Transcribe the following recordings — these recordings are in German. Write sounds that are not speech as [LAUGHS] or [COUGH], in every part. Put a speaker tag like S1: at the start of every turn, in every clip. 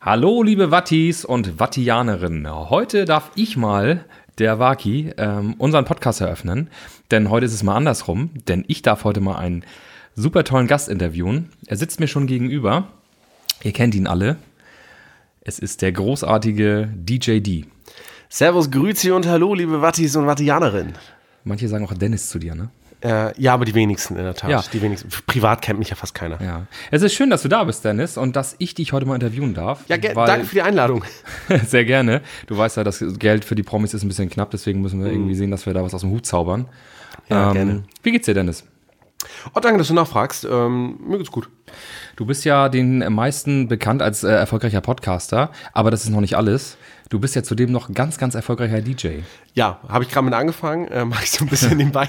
S1: Hallo, liebe Wattis und Wattianerinnen. Heute darf ich mal, der Waki, ähm, unseren Podcast eröffnen. Denn heute ist es mal andersrum. Denn ich darf heute mal einen super tollen Gast interviewen. Er sitzt mir schon gegenüber. Ihr kennt ihn alle. Es ist der großartige DJD.
S2: Servus, Grüezi und hallo, liebe Wattis und Wattianerinnen.
S1: Manche sagen auch Dennis zu dir, ne?
S2: Äh, ja, aber die wenigsten in der Tat.
S1: Ja.
S2: Die wenigsten. Privat kennt mich ja fast keiner. Ja,
S1: Ja. Es ist schön, dass du da bist, Dennis, und dass ich dich heute mal interviewen darf.
S2: ge-
S1: weil-
S2: danke für die Einladung.
S1: [LAUGHS] Sehr gerne. Du weißt ja, das Geld für die Promis ist ein bisschen knapp, deswegen müssen wir irgendwie sehen, dass wir da was aus dem Hut zaubern.
S2: Mhm.
S1: Ähm,
S2: Ja, gerne.
S1: Wie geht's dir, Dennis?
S2: Oh, danke, dass du nachfragst. Ähm, mir geht's gut.
S1: Du bist ja den meisten bekannt als äh, erfolgreicher Podcaster, aber das ist noch nicht alles. Du bist ja zudem noch ein ganz, ganz erfolgreicher DJ.
S2: Ja, habe ich gerade mit angefangen. Äh, mach ich so ein
S1: [LAUGHS]
S2: bisschen nebenbei.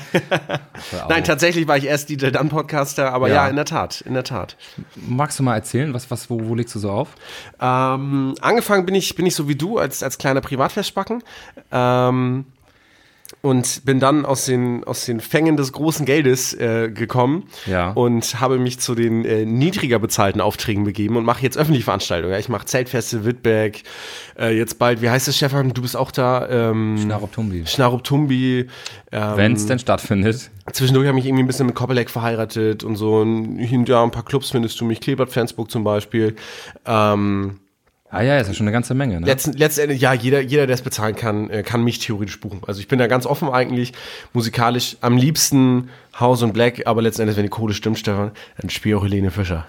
S2: Nein, tatsächlich war ich erst DJ, dann Podcaster. Aber
S1: Ja.
S2: ja, in der Tat, in der Tat.
S1: Magst du mal erzählen, was, was, wo, wo legst du so auf?
S2: Ähm, angefangen bin ich, bin ich so wie du, als, als kleiner Privatfestbacken. Ähm, und bin dann aus den, aus den Fängen des großen Geldes äh, gekommen
S1: Ja.
S2: und habe mich zu den äh, niedriger bezahlten Aufträgen begeben und mache jetzt öffentliche Veranstaltungen. Ja, ich mache Zeltfeste, Wittberg, äh, jetzt bald, wie heißt es, Stefan, du bist auch da, ähm,
S1: Naruptumbi.
S2: Schnarruptumbi, ähm,
S1: Wenn es denn stattfindet.
S2: Zwischendurch habe ich mich irgendwie ein bisschen mit Koppelek verheiratet und so. Und hier und da ein paar Clubs findest du mich, Klebert, Flensburg zum Beispiel. Ähm,
S1: Ah ja, ist ja schon eine ganze Menge, ne?
S2: Letzten, letztendlich, ja, jeder, jeder, der es bezahlen kann, äh, kann mich theoretisch buchen. Also ich bin da ganz offen eigentlich, musikalisch am liebsten House und Black, aber letztendlich, wenn die Kohle stimmt, Stefan, dann spiel auch Helene Fischer.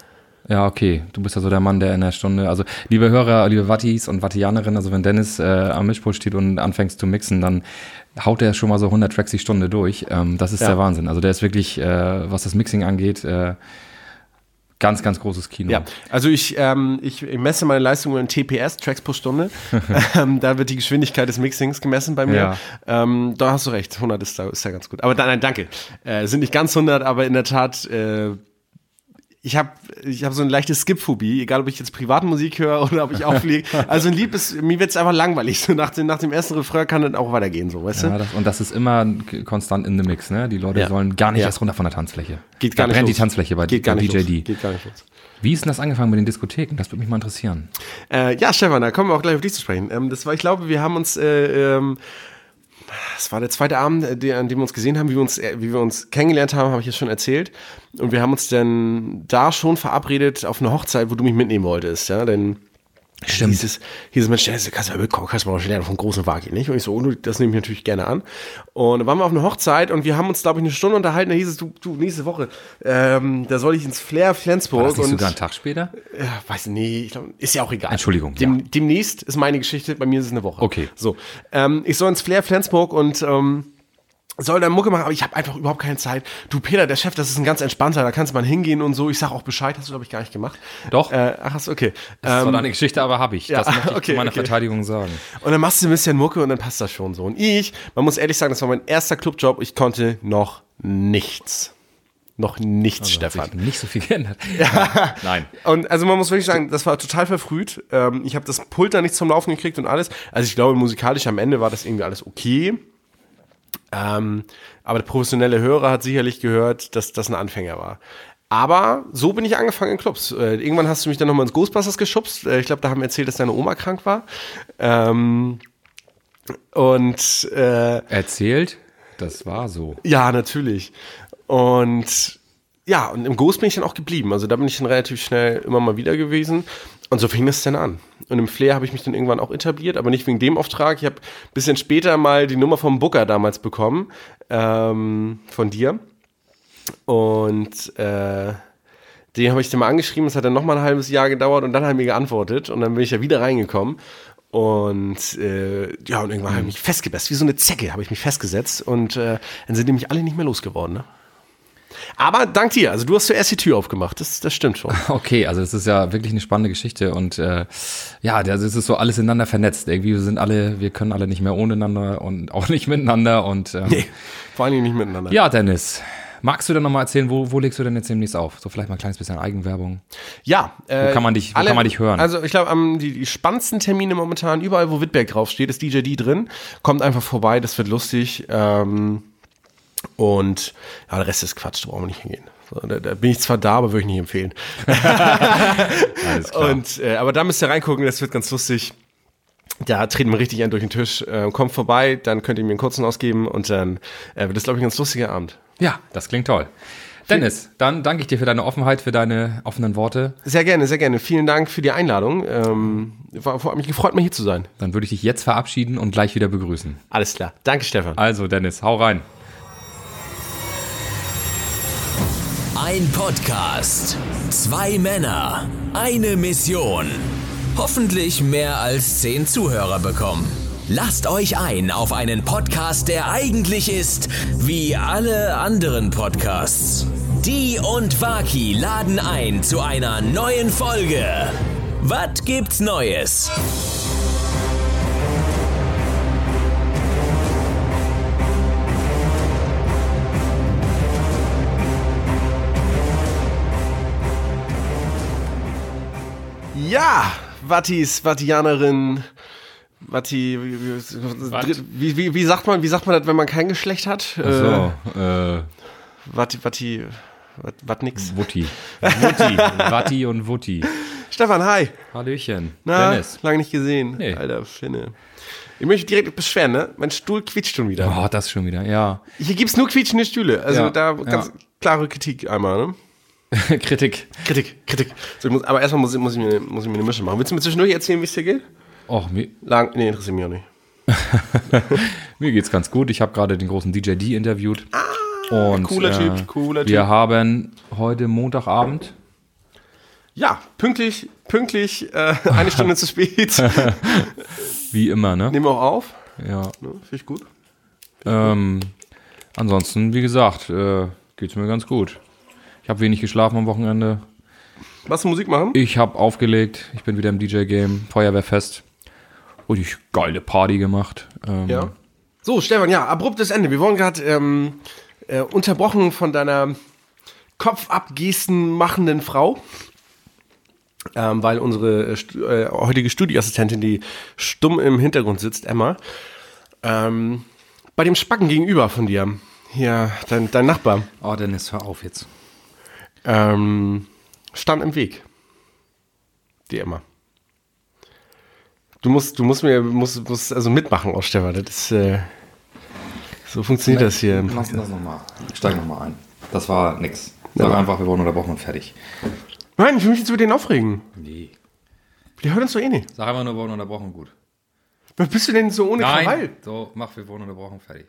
S1: Ja, okay. Du bist ja so der Mann, der in der Stunde, also liebe Hörer, liebe Wattis und Wattianerinnen, also wenn Dennis äh, am Mischpult steht und anfängst zu mixen, dann haut er schon mal so 100 Tracks die Stunde durch. Ähm, das ist der Wahnsinn. Also der ist wirklich, äh, was das Mixing angeht, äh, ganz, ganz großes Kino.
S2: Ja, also ich, ähm, ich, ich messe meine Leistung in TPS, Tracks
S1: [LAUGHS]
S2: pro Stunde. ähm, da wird die Geschwindigkeit des Mixings gemessen bei mir.
S1: Ja.
S2: Ähm, da hast du recht, 100 ist da, ist da ganz gut. Aber da- nein, danke. Äh, sind nicht ganz 100, aber in der Tat... Äh, ich habe ich hab so eine leichte Skip-Phobie, egal ob ich jetzt privaten Musik höre [LAUGHS] oder ob ich auflege. Also ein Lied ist, mir wird's einfach langweilig. So nach, dem, nach dem ersten Refrain kann dann auch weitergehen, so, weißt
S1: Ja,
S2: du?
S1: das, und das ist immer k- konstant in the Mix, ne? Die Leute
S2: Ja.
S1: sollen gar nicht
S2: Ja.
S1: erst runter von der Tanzfläche.
S2: Geht
S1: da
S2: gar nicht
S1: brennt
S2: los.
S1: die Tanzfläche bei,
S2: Geht gar
S1: bei
S2: nicht
S1: DJD.
S2: Los. Geht gar nicht los.
S1: Wie ist denn das angefangen mit den Diskotheken? Das würde mich mal interessieren.
S2: Äh, ja, Stefan, da kommen wir auch gleich auf dich zu sprechen. Ähm, das war, ich glaube, wir haben uns, äh, ähm, das war der zweite Abend, äh, der, an dem wir uns gesehen haben, wie wir uns, äh, wie wir uns kennengelernt haben, habe ich ja schon erzählt. Und wir haben uns dann da schon verabredet auf eine Hochzeit, wo du mich mitnehmen wolltest, ja, denn Stimmt. Hieß es, hieß es Mensch, Dennis, kannst du ja mitkommen, kannst du mal was lernen vom großen Wagi, nicht? Und ich so, oh, das nehme ich natürlich gerne an. Und dann waren wir auf einer Hochzeit und wir haben uns, glaube ich, eine Stunde unterhalten, da hieß es, du, du, nächste Woche, ähm, da soll ich ins Flair Flensburg.
S1: War das nicht
S2: und
S1: sogar einen Tag später?
S2: ja, Äh, weiß nee, ich glaub, ist ja auch egal.
S1: Entschuldigung,
S2: Dem, Demnächst ist meine Geschichte, bei mir ist es eine Woche.
S1: Okay.
S2: So, ähm, ich soll ins Flair Flensburg und ähm, soll dann Mucke machen, aber ich habe einfach überhaupt keine Zeit. Du Peter, der Chef, das ist ein ganz entspannter, da kannst du mal hingehen und so. Ich sag auch Bescheid, hast du glaube ich gar nicht gemacht.
S1: Doch.
S2: Äh, ach, hast du, okay.
S1: Das war
S2: Ähm,
S1: deine Geschichte, aber habe ich.
S2: ja,
S1: das möchte ich zu
S2: [LAUGHS] okay,
S1: meiner
S2: okay.
S1: Verteidigung sagen.
S2: und dann machst du ein bisschen Mucke und dann passt das schon so. Und ich, man muss ehrlich sagen, das war mein erster Clubjob. Ich konnte noch nichts. Noch nichts,
S1: Da
S2: Stefan.
S1: Also, hat sich nicht so viel geändert. Ja. [LAUGHS] Nein.
S2: Und also man muss wirklich sagen, das war total verfrüht. Ähm, ich habe das Pult da nicht zum Laufen gekriegt und alles. Also ich glaube, musikalisch am Ende war das irgendwie alles okay. Ähm, aber der professionelle Hörer hat sicherlich gehört, dass das ein Anfänger war. Aber so bin ich angefangen in Clubs. Äh, irgendwann hast du mich dann nochmal ins Ghostbusters geschubst. Äh, ich glaube, da haben wir erzählt, dass deine Oma krank war. Ähm, und äh,
S1: Erzählt, das war so.
S2: ja, natürlich. Und ja, und im Ghost bin ich dann auch geblieben. Also da bin ich dann relativ schnell immer mal wieder gewesen. Und so fing das dann an. Und im Flair habe ich mich dann irgendwann auch etabliert, aber nicht wegen dem Auftrag. Ich habe ein bisschen später mal die Nummer vom Booker damals bekommen, ähm, von dir. Und äh, den habe ich dann mal angeschrieben, es hat dann nochmal ein halbes Jahr gedauert und dann hat er mir geantwortet und dann bin ich ja wieder reingekommen. Und äh, ja, und irgendwann habe ich mich festgesetzt, wie so eine Zecke habe ich mich festgesetzt und äh, dann sind nämlich alle nicht mehr losgeworden. Ne? Aber dank dir, also du hast zuerst die Tür aufgemacht, das, das stimmt [LAUGHS] schon.
S1: Okay, also das ist ja wirklich eine spannende Geschichte und äh, ja, das ist so alles ineinander vernetzt. Irgendwie wir sind alle, wir können alle nicht mehr ohneinander und auch [LAUGHS] nicht miteinander und ähm,
S2: Vor allen Dingen nicht miteinander.
S1: ja, Dennis. Magst du denn nochmal erzählen, wo, wo legst du denn jetzt demnächst auf? So vielleicht mal ein kleines bisschen Eigenwerbung.
S2: Ja, äh,
S1: kann man dich- wo kann man dich hören?
S2: Also ich glaube, am- die, die spannendsten Termine momentan, überall wo Wittberg draufsteht, ist DJD drin. Kommt einfach vorbei, das wird lustig. Ähm, und ja, der Rest ist Quatsch, da brauchen wir nicht hingehen. So, da, da bin ich zwar da, aber würde ich nicht empfehlen.
S1: [LAUGHS] Alles klar.
S2: Und, äh, aber da müsst ihr reingucken, das wird ganz lustig. Da treten wir richtig einen durch den Tisch. Äh, kommt vorbei, dann könnt ihr mir einen kurzen ausgeben und dann äh, wird das, glaube ich, ein ganz lustiger Abend.
S1: ja, das klingt toll. Dennis, dann danke ich dir für deine Offenheit, für deine offenen Worte.
S2: Sehr gerne, sehr gerne. Vielen Dank für die Einladung. Ähm, war, war, hat mich gefreut, mal hier zu sein.
S1: Dann würde ich dich jetzt verabschieden und gleich wieder begrüßen.
S2: Alles klar. Danke, Stefan.
S1: Also, Dennis, hau rein.
S3: Ein Podcast. Zwei Männer. Eine Mission. Hoffentlich mehr als zehn Zuhörer bekommen. Lasst euch ein auf einen Podcast, der eigentlich ist wie alle anderen Podcasts. Die und Waki laden ein zu einer neuen Folge. Was gibt's Neues?
S2: Ja, Wattis, Wattianerin, Watti, wie, wie-
S1: Watt.
S2: wie, wie, wie sagt man, wie sagt man das, wenn man kein Geschlecht hat?
S1: Ach
S2: Äh,
S1: So, äh,
S2: Watti, Watti, Wat, Wat nix.
S1: Wutti. Wutti.
S2: [LAUGHS]
S1: Watti und Wutti.
S2: Stefan, hi.
S1: Hallöchen.
S2: Na,
S1: Dennis.
S2: lange nicht gesehen.
S1: Nee.
S2: Alter, Finne. Ich möchte direkt beschweren, ne? Mein Stuhl quietscht schon wieder.
S1: Oh, das schon wieder, ja. [LAUGHS]
S2: Hier gibt's nur quietschende Stühle. Also
S1: Ja,
S2: da ganz
S1: ja.
S2: klare Kritik einmal, ne?
S1: Kritik.
S2: Kritik, Kritik. So, ich muss, aber erstmal muss, ich- muss, ich mir, muss ich mir eine Mische machen. Willst du mir zwischendurch erzählen, wie es dir geht?
S1: Och, mir,
S2: Lang, nee, interessiert mich auch nicht.
S1: mir geht's ganz gut. Ich habe gerade den großen DJ D interviewt. und,
S2: Ah,
S1: äh,
S2: cooler Typ, cooler
S1: Wir
S2: Typ.
S1: haben heute Montagabend
S2: Ja, pünktlich, pünktlich, äh, eine Stunde zu spät.
S1: Wie immer, ne?
S2: Nehmen wir auch auf.
S1: Ja.
S2: Ne, Finde ich gut.
S1: Ähm, ansonsten, wie gesagt, äh, geht's mir ganz gut. Ich habe wenig geschlafen am Wochenende.
S2: Lass uns Musik machen.
S1: Ich habe aufgelegt. Ich bin wieder im DJ-Game. Feuerwehrfest. Richtig geile Party gemacht. Ähm,
S2: Ja. So, Stefan, ja, abruptes Ende. Wir wurden gerade ähm, äh, unterbrochen von deiner Kopfabgesten machenden Frau. Ähm, weil unsere äh, Stu- äh, heutige Studioassistentin, die stumm im Hintergrund sitzt, Emma, ähm, bei dem Spacken gegenüber von dir, hier, dein, dein Nachbar,
S1: Oh, Dennis, hör auf jetzt.
S2: ähm, stand im Weg. Die Emma. Du musst, du musst mir, musst, musst also mitmachen auch, Stefan. Das ist, äh, so funktioniert das hier. im
S4: Lass das nochmal. Steig nochmal ein. Das war nix. Sag einfach, wir wurden unterbrochen und fertig.
S2: Nein, ich will mich jetzt über den aufregen.
S4: Nee.
S2: Die hören uns doch eh nicht.
S4: Sag einfach nur, wir wurden unterbrochen, gut.
S2: Was bist du denn so ohne Krawall?
S4: So, mach, wir wurden unterbrochen, fertig.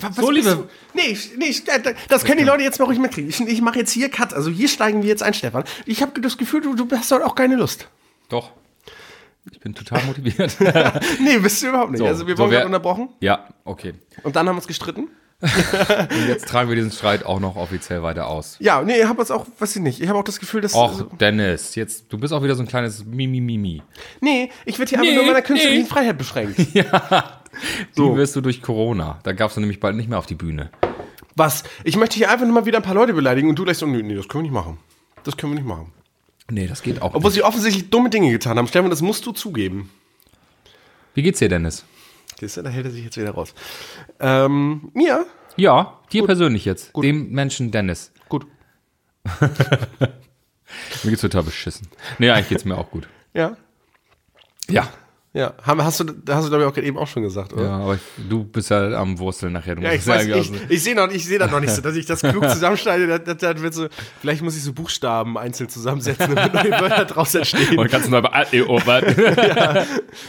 S2: Was
S4: So,
S2: bist
S4: liebe-
S2: du- Nee, ich- nee, ich- äh, das können die Leute jetzt mal ruhig mitkriegen. Ich, ich mache jetzt hier Cut. Also hier steigen wir jetzt ein, Stefan. Ich habe das Gefühl, du, du hast heute auch keine Lust.
S1: Doch. Ich bin total motiviert.
S4: [LAUGHS]
S2: Nee, bist du überhaupt nicht. also wir
S1: so
S2: wurden
S1: wer-
S2: gerade unterbrochen
S1: ja, okay.
S2: und dann haben wir uns gestritten.
S1: Und jetzt tragen wir diesen Streit auch noch offiziell weiter aus.
S2: Ja, nee, ich habe jetzt auch, weiß ich nicht, ich habe auch das Gefühl, dass...
S1: Och, Dennis, jetzt, du bist auch wieder so ein
S4: [LAUGHS]
S1: kleines Mimi-Mimi.
S2: Nee, ich werde hier einfach nur
S1: Nee,
S2: meiner künstlichen
S1: nee.
S2: Freiheit beschränkt.
S1: So. Die wirst du durch Corona. Da gab's du nämlich bald nicht mehr auf die Bühne.
S2: Was? Ich möchte hier einfach nur mal wieder ein paar Leute beleidigen und du gleich so, nee, nee, das können wir nicht machen. Das können wir nicht machen.
S1: Nee, das geht auch.
S2: Obwohl sie offensichtlich dumme Dinge getan haben. Stefan, das musst du zugeben.
S1: Wie geht's dir, Dennis?
S2: Siehst du, da hält er sich jetzt wieder raus. Ähm, mir?
S1: Ja, dir persönlich jetzt. Dem Menschen Dennis.
S2: Gut.
S1: Mir geht's total beschissen. Nee, eigentlich geht's mir auch gut.
S2: Ja.
S1: Ja.
S2: [LAUGHS] Ja. Haben- Hast du, hast du glaube ich, auch gerade eben auch schon gesagt, oder?
S1: Ja, aber ich, du bist ja am Wursteln nachher. Du
S2: Ja,
S1: musst
S2: ich
S1: ja also,
S2: weiß,
S1: irgendwie
S2: ich,
S1: aus-
S2: ich sehe noch- ich sehe das noch nicht so, dass ich das
S1: [LAUGHS]
S2: klug zusammenschneide, dann, dann, dann wird so, vielleicht muss ich so Buchstaben einzeln zusammensetzen, damit neue Wörter draus entstehen.
S1: Und kannst du mal Ah, eh, oh, warte.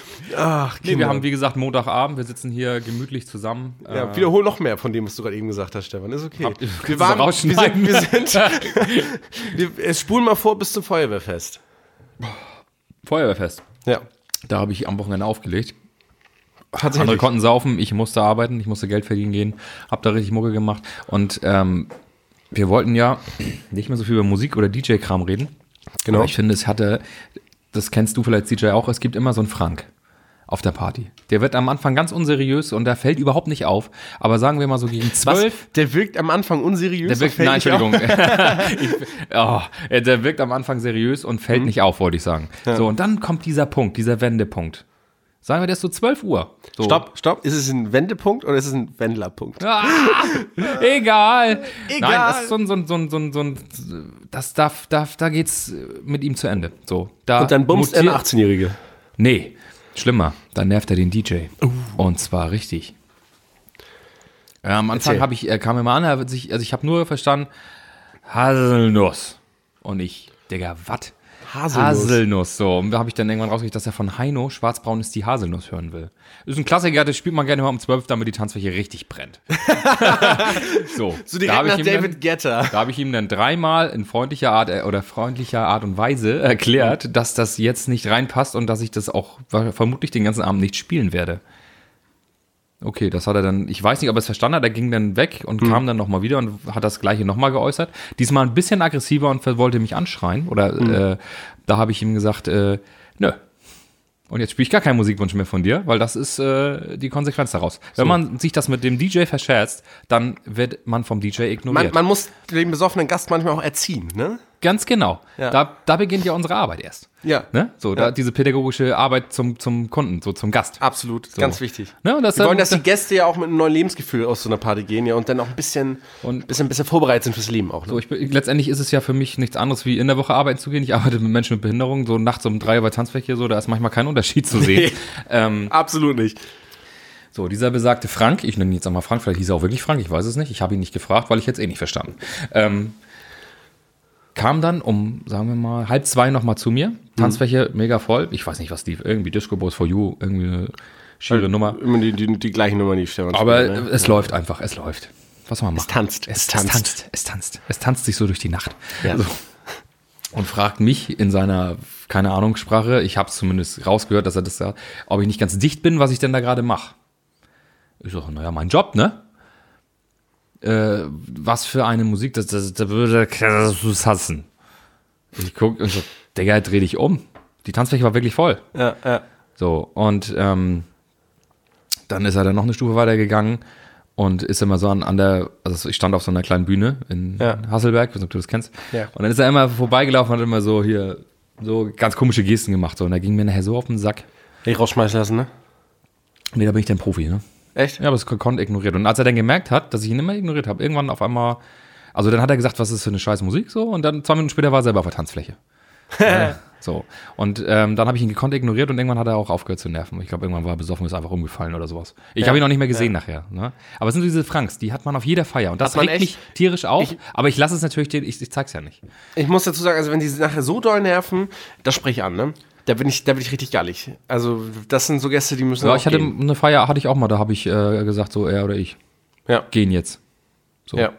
S2: [LAUGHS] Ach,
S1: nee, wir
S2: Kinder.
S1: haben, wie gesagt, Montagabend. Wir sitzen hier gemütlich zusammen.
S2: Ja, wiederhol noch mehr von dem, was du gerade eben gesagt hast, Stefan. Ist okay.
S1: Äh. [LAUGHS] Hab- kannst
S2: Wir
S1: du
S2: waren, wir sind,
S1: rausschneiden.
S2: wir sind, wir, es spulen mal vor bis zum Feuerwehrfest.
S1: [LAUGHS] Feuerwehrfest.
S2: Ja.
S1: Da habe ich am Wochenende aufgelegt. Andere
S2: Tatsächlich.
S1: konnten saufen, ich musste arbeiten, ich musste Geld verdienen gehen, hab da richtig Mucke gemacht. Und ähm, wir wollten ja nicht mehr so viel über Musik oder DJ-Kram reden.
S2: Genau.
S1: Aber ich finde, es hatte, das kennst du vielleicht als DJ auch, es gibt immer so einen Frank auf der Party. Der wird am Anfang ganz unseriös und der fällt überhaupt nicht auf. Aber sagen wir mal so gegen zwölf.
S2: Der wirkt am Anfang unseriös.
S1: Der
S2: und
S1: wirkt,
S2: fällt
S1: nein,
S2: nicht auf. Mhm.
S1: Entschuldigung. [LAUGHS] ich, oh, äh, der wirkt am Anfang seriös und fällt nicht auf, wollte ich sagen. So, und dann kommt dieser Punkt, dieser Wendepunkt. Sagen wir, der ist so 12 Uhr. So.
S2: Stopp, stopp. Ist es ein Wendepunkt oder ist es ein Wendlerpunkt?
S1: Ah, egal. Nein,
S2: Egal.
S1: das ist so ein, so ein, so ein, so ein, so ein das darf, darf, da geht's mit ihm zu Ende. So, da
S2: Und dann bumst er
S1: mutiert-
S2: eine 18-Jährige.
S1: Nee, schlimmer. Dann nervt er den DJ.
S2: Oh.
S1: Und zwar richtig. Äh, am Anfang
S2: Erzähl.
S1: hab ich, äh, kam immer an, er wird sich, also ich habe nur verstanden, Haselnuss. Und ich, Digga, wat?
S2: Haselnuss.
S1: so. Und da habe ich dann irgendwann rausgekriegt, dass er von Heino Schwarzbraun ist die Haselnuss hören will. Ist ein Klassiker, das spielt man gerne mal um 12, damit die Tanzfläche richtig
S2: [LAUGHS]
S1: brennt. so,
S2: So
S1: da
S2: direkt
S1: hab ich
S2: nach
S1: ihm
S2: David Getter.
S1: da habe ich ihm dann dreimal in freundlicher Art äh, oder freundlicher Art und Weise
S2: Mhm.
S1: erklärt, dass das jetzt nicht reinpasst und dass ich das auch wa- vermutlich den ganzen Abend nicht spielen werde. Okay, das hat er dann, ich weiß nicht, ob er es verstanden hat, er ging dann weg und
S2: Hm.
S1: kam dann nochmal wieder und hat das gleiche nochmal geäußert. Diesmal ein bisschen aggressiver und ver- wollte mich anschreien. Oder
S2: Hm.
S1: äh, da habe ich ihm gesagt, äh, nö. Und jetzt spiele ich gar keinen Musikwunsch mehr von dir, weil das ist äh, die Konsequenz daraus. Wenn man sich das mit dem DJ verscherzt, dann wird man vom DJ ignoriert.
S2: Man, man muss den besoffenen Gast manchmal auch erziehen, ne?
S1: Ganz genau.
S2: Ja.
S1: Da, da beginnt ja unsere Arbeit erst.
S2: Ja.
S1: Ne? So, da, diese pädagogische Arbeit zum, zum Kunden, so zum Gast.
S2: Absolut,
S1: So.
S2: ganz wichtig.
S1: Ne, und das
S2: Wir
S1: dann-
S2: wollen, dass die Gäste ja auch mit einem neuen Lebensgefühl aus so einer Party gehen ja, und dann auch ein bisschen,
S1: Und-
S2: bisschen, bisschen vorbereitet sind fürs Leben auch. Ne?
S1: So, ich, bin- letztendlich ist es ja für mich nichts anderes, wie in der Woche arbeiten zu gehen. Ich arbeite mit Menschen mit Behinderung, so nachts um drei bei Tanzfläche, so, da ist manchmal kein Unterschied zu sehen. ähm,
S2: Absolut nicht.
S1: so, dieser besagte Frank, ich nenne ihn jetzt einmal Frank, vielleicht hieß er auch wirklich Frank, ich weiß es nicht. Ich habe ihn nicht gefragt, weil ich jetzt eh nicht verstanden. Ähm, kam dann um, sagen wir mal, halb zwei nochmal zu mir.
S2: Mhm.
S1: Tanzfläche mega voll. Ich weiß nicht, was lief. Irgendwie Disco Balls for You, irgendwie eine schiere Nummer.
S2: Immer die, die, die gleichen Nummern, die Stefan
S1: Aber
S2: spielt, Äh, ne?
S1: es läuft einfach, es läuft. Was soll man machen?
S2: tanzt,
S1: Es,
S2: es
S1: tanzt.
S2: tanzt.
S1: Es tanzt, es tanzt. Es tanzt sich so durch die Nacht.
S2: Ja.
S1: So. Und fragt mich in seiner, keine Ahnung, Sprache, ich habe zumindest rausgehört, dass er das sagt, ob ich nicht ganz dicht bin, was ich denn da gerade mache. Ich sage, naja, mein Job, ne? Äh, was für eine Musik, das, das, das würde das hassen. Ich guck und so, Digga, dreh dich um. Die Tanzfläche war wirklich voll.
S2: ja, ja.
S1: So, und ähm, dann ist er dann noch eine Stufe weitergegangen und ist immer so an, an der, also ich stand auf so einer kleinen Bühne in
S2: Ja.
S1: Hasselberg, ich weiß nicht, ob du das kennst.
S2: Ja.
S1: Und dann ist er immer vorbeigelaufen und hat immer so hier so ganz komische Gesten gemacht. So. Und da ging mir nachher so auf den Sack.
S2: Hätte ich rausschmeißen lassen, ne?
S1: Nee, da bin ich dann Profi, ne?
S2: Echt?
S1: Ja, aber es kon- konnte ignoriert. Und als er dann gemerkt hat, dass ich ihn immer ignoriert habe, irgendwann auf einmal, also dann hat er gesagt, was ist für eine scheiß Musik so und dann zwei Minuten später war er selber auf der Tanzfläche.
S2: [LAUGHS]
S1: Ja, so. Und ähm, dann habe ich ihn gekonnt ignoriert und irgendwann hat er auch aufgehört zu nerven. Ich glaube, irgendwann war er besoffen und ist einfach umgefallen oder sowas. Ich habe ihn auch nicht mehr gesehen nachher. Ne? Aber es sind so diese Franks, die hat man auf jeder Feier. Und das
S2: Hat man
S1: regt mich
S2: echt-
S1: tierisch auf, aber ich lasse es natürlich den, ich, ich zeig's ja nicht.
S2: Ich muss dazu sagen, also wenn die nachher so doll nerven, das spreche ich an, ne? Da bin ich, da bin ich richtig gallig. Also, das sind so Gäste, die müssen.
S1: Ja,
S2: auch
S1: ich hatte
S2: gehen.
S1: eine Feier, hatte ich auch mal, da habe ich äh, gesagt, so er oder ich
S2: Ja.
S1: gehen jetzt. So.
S2: Ja.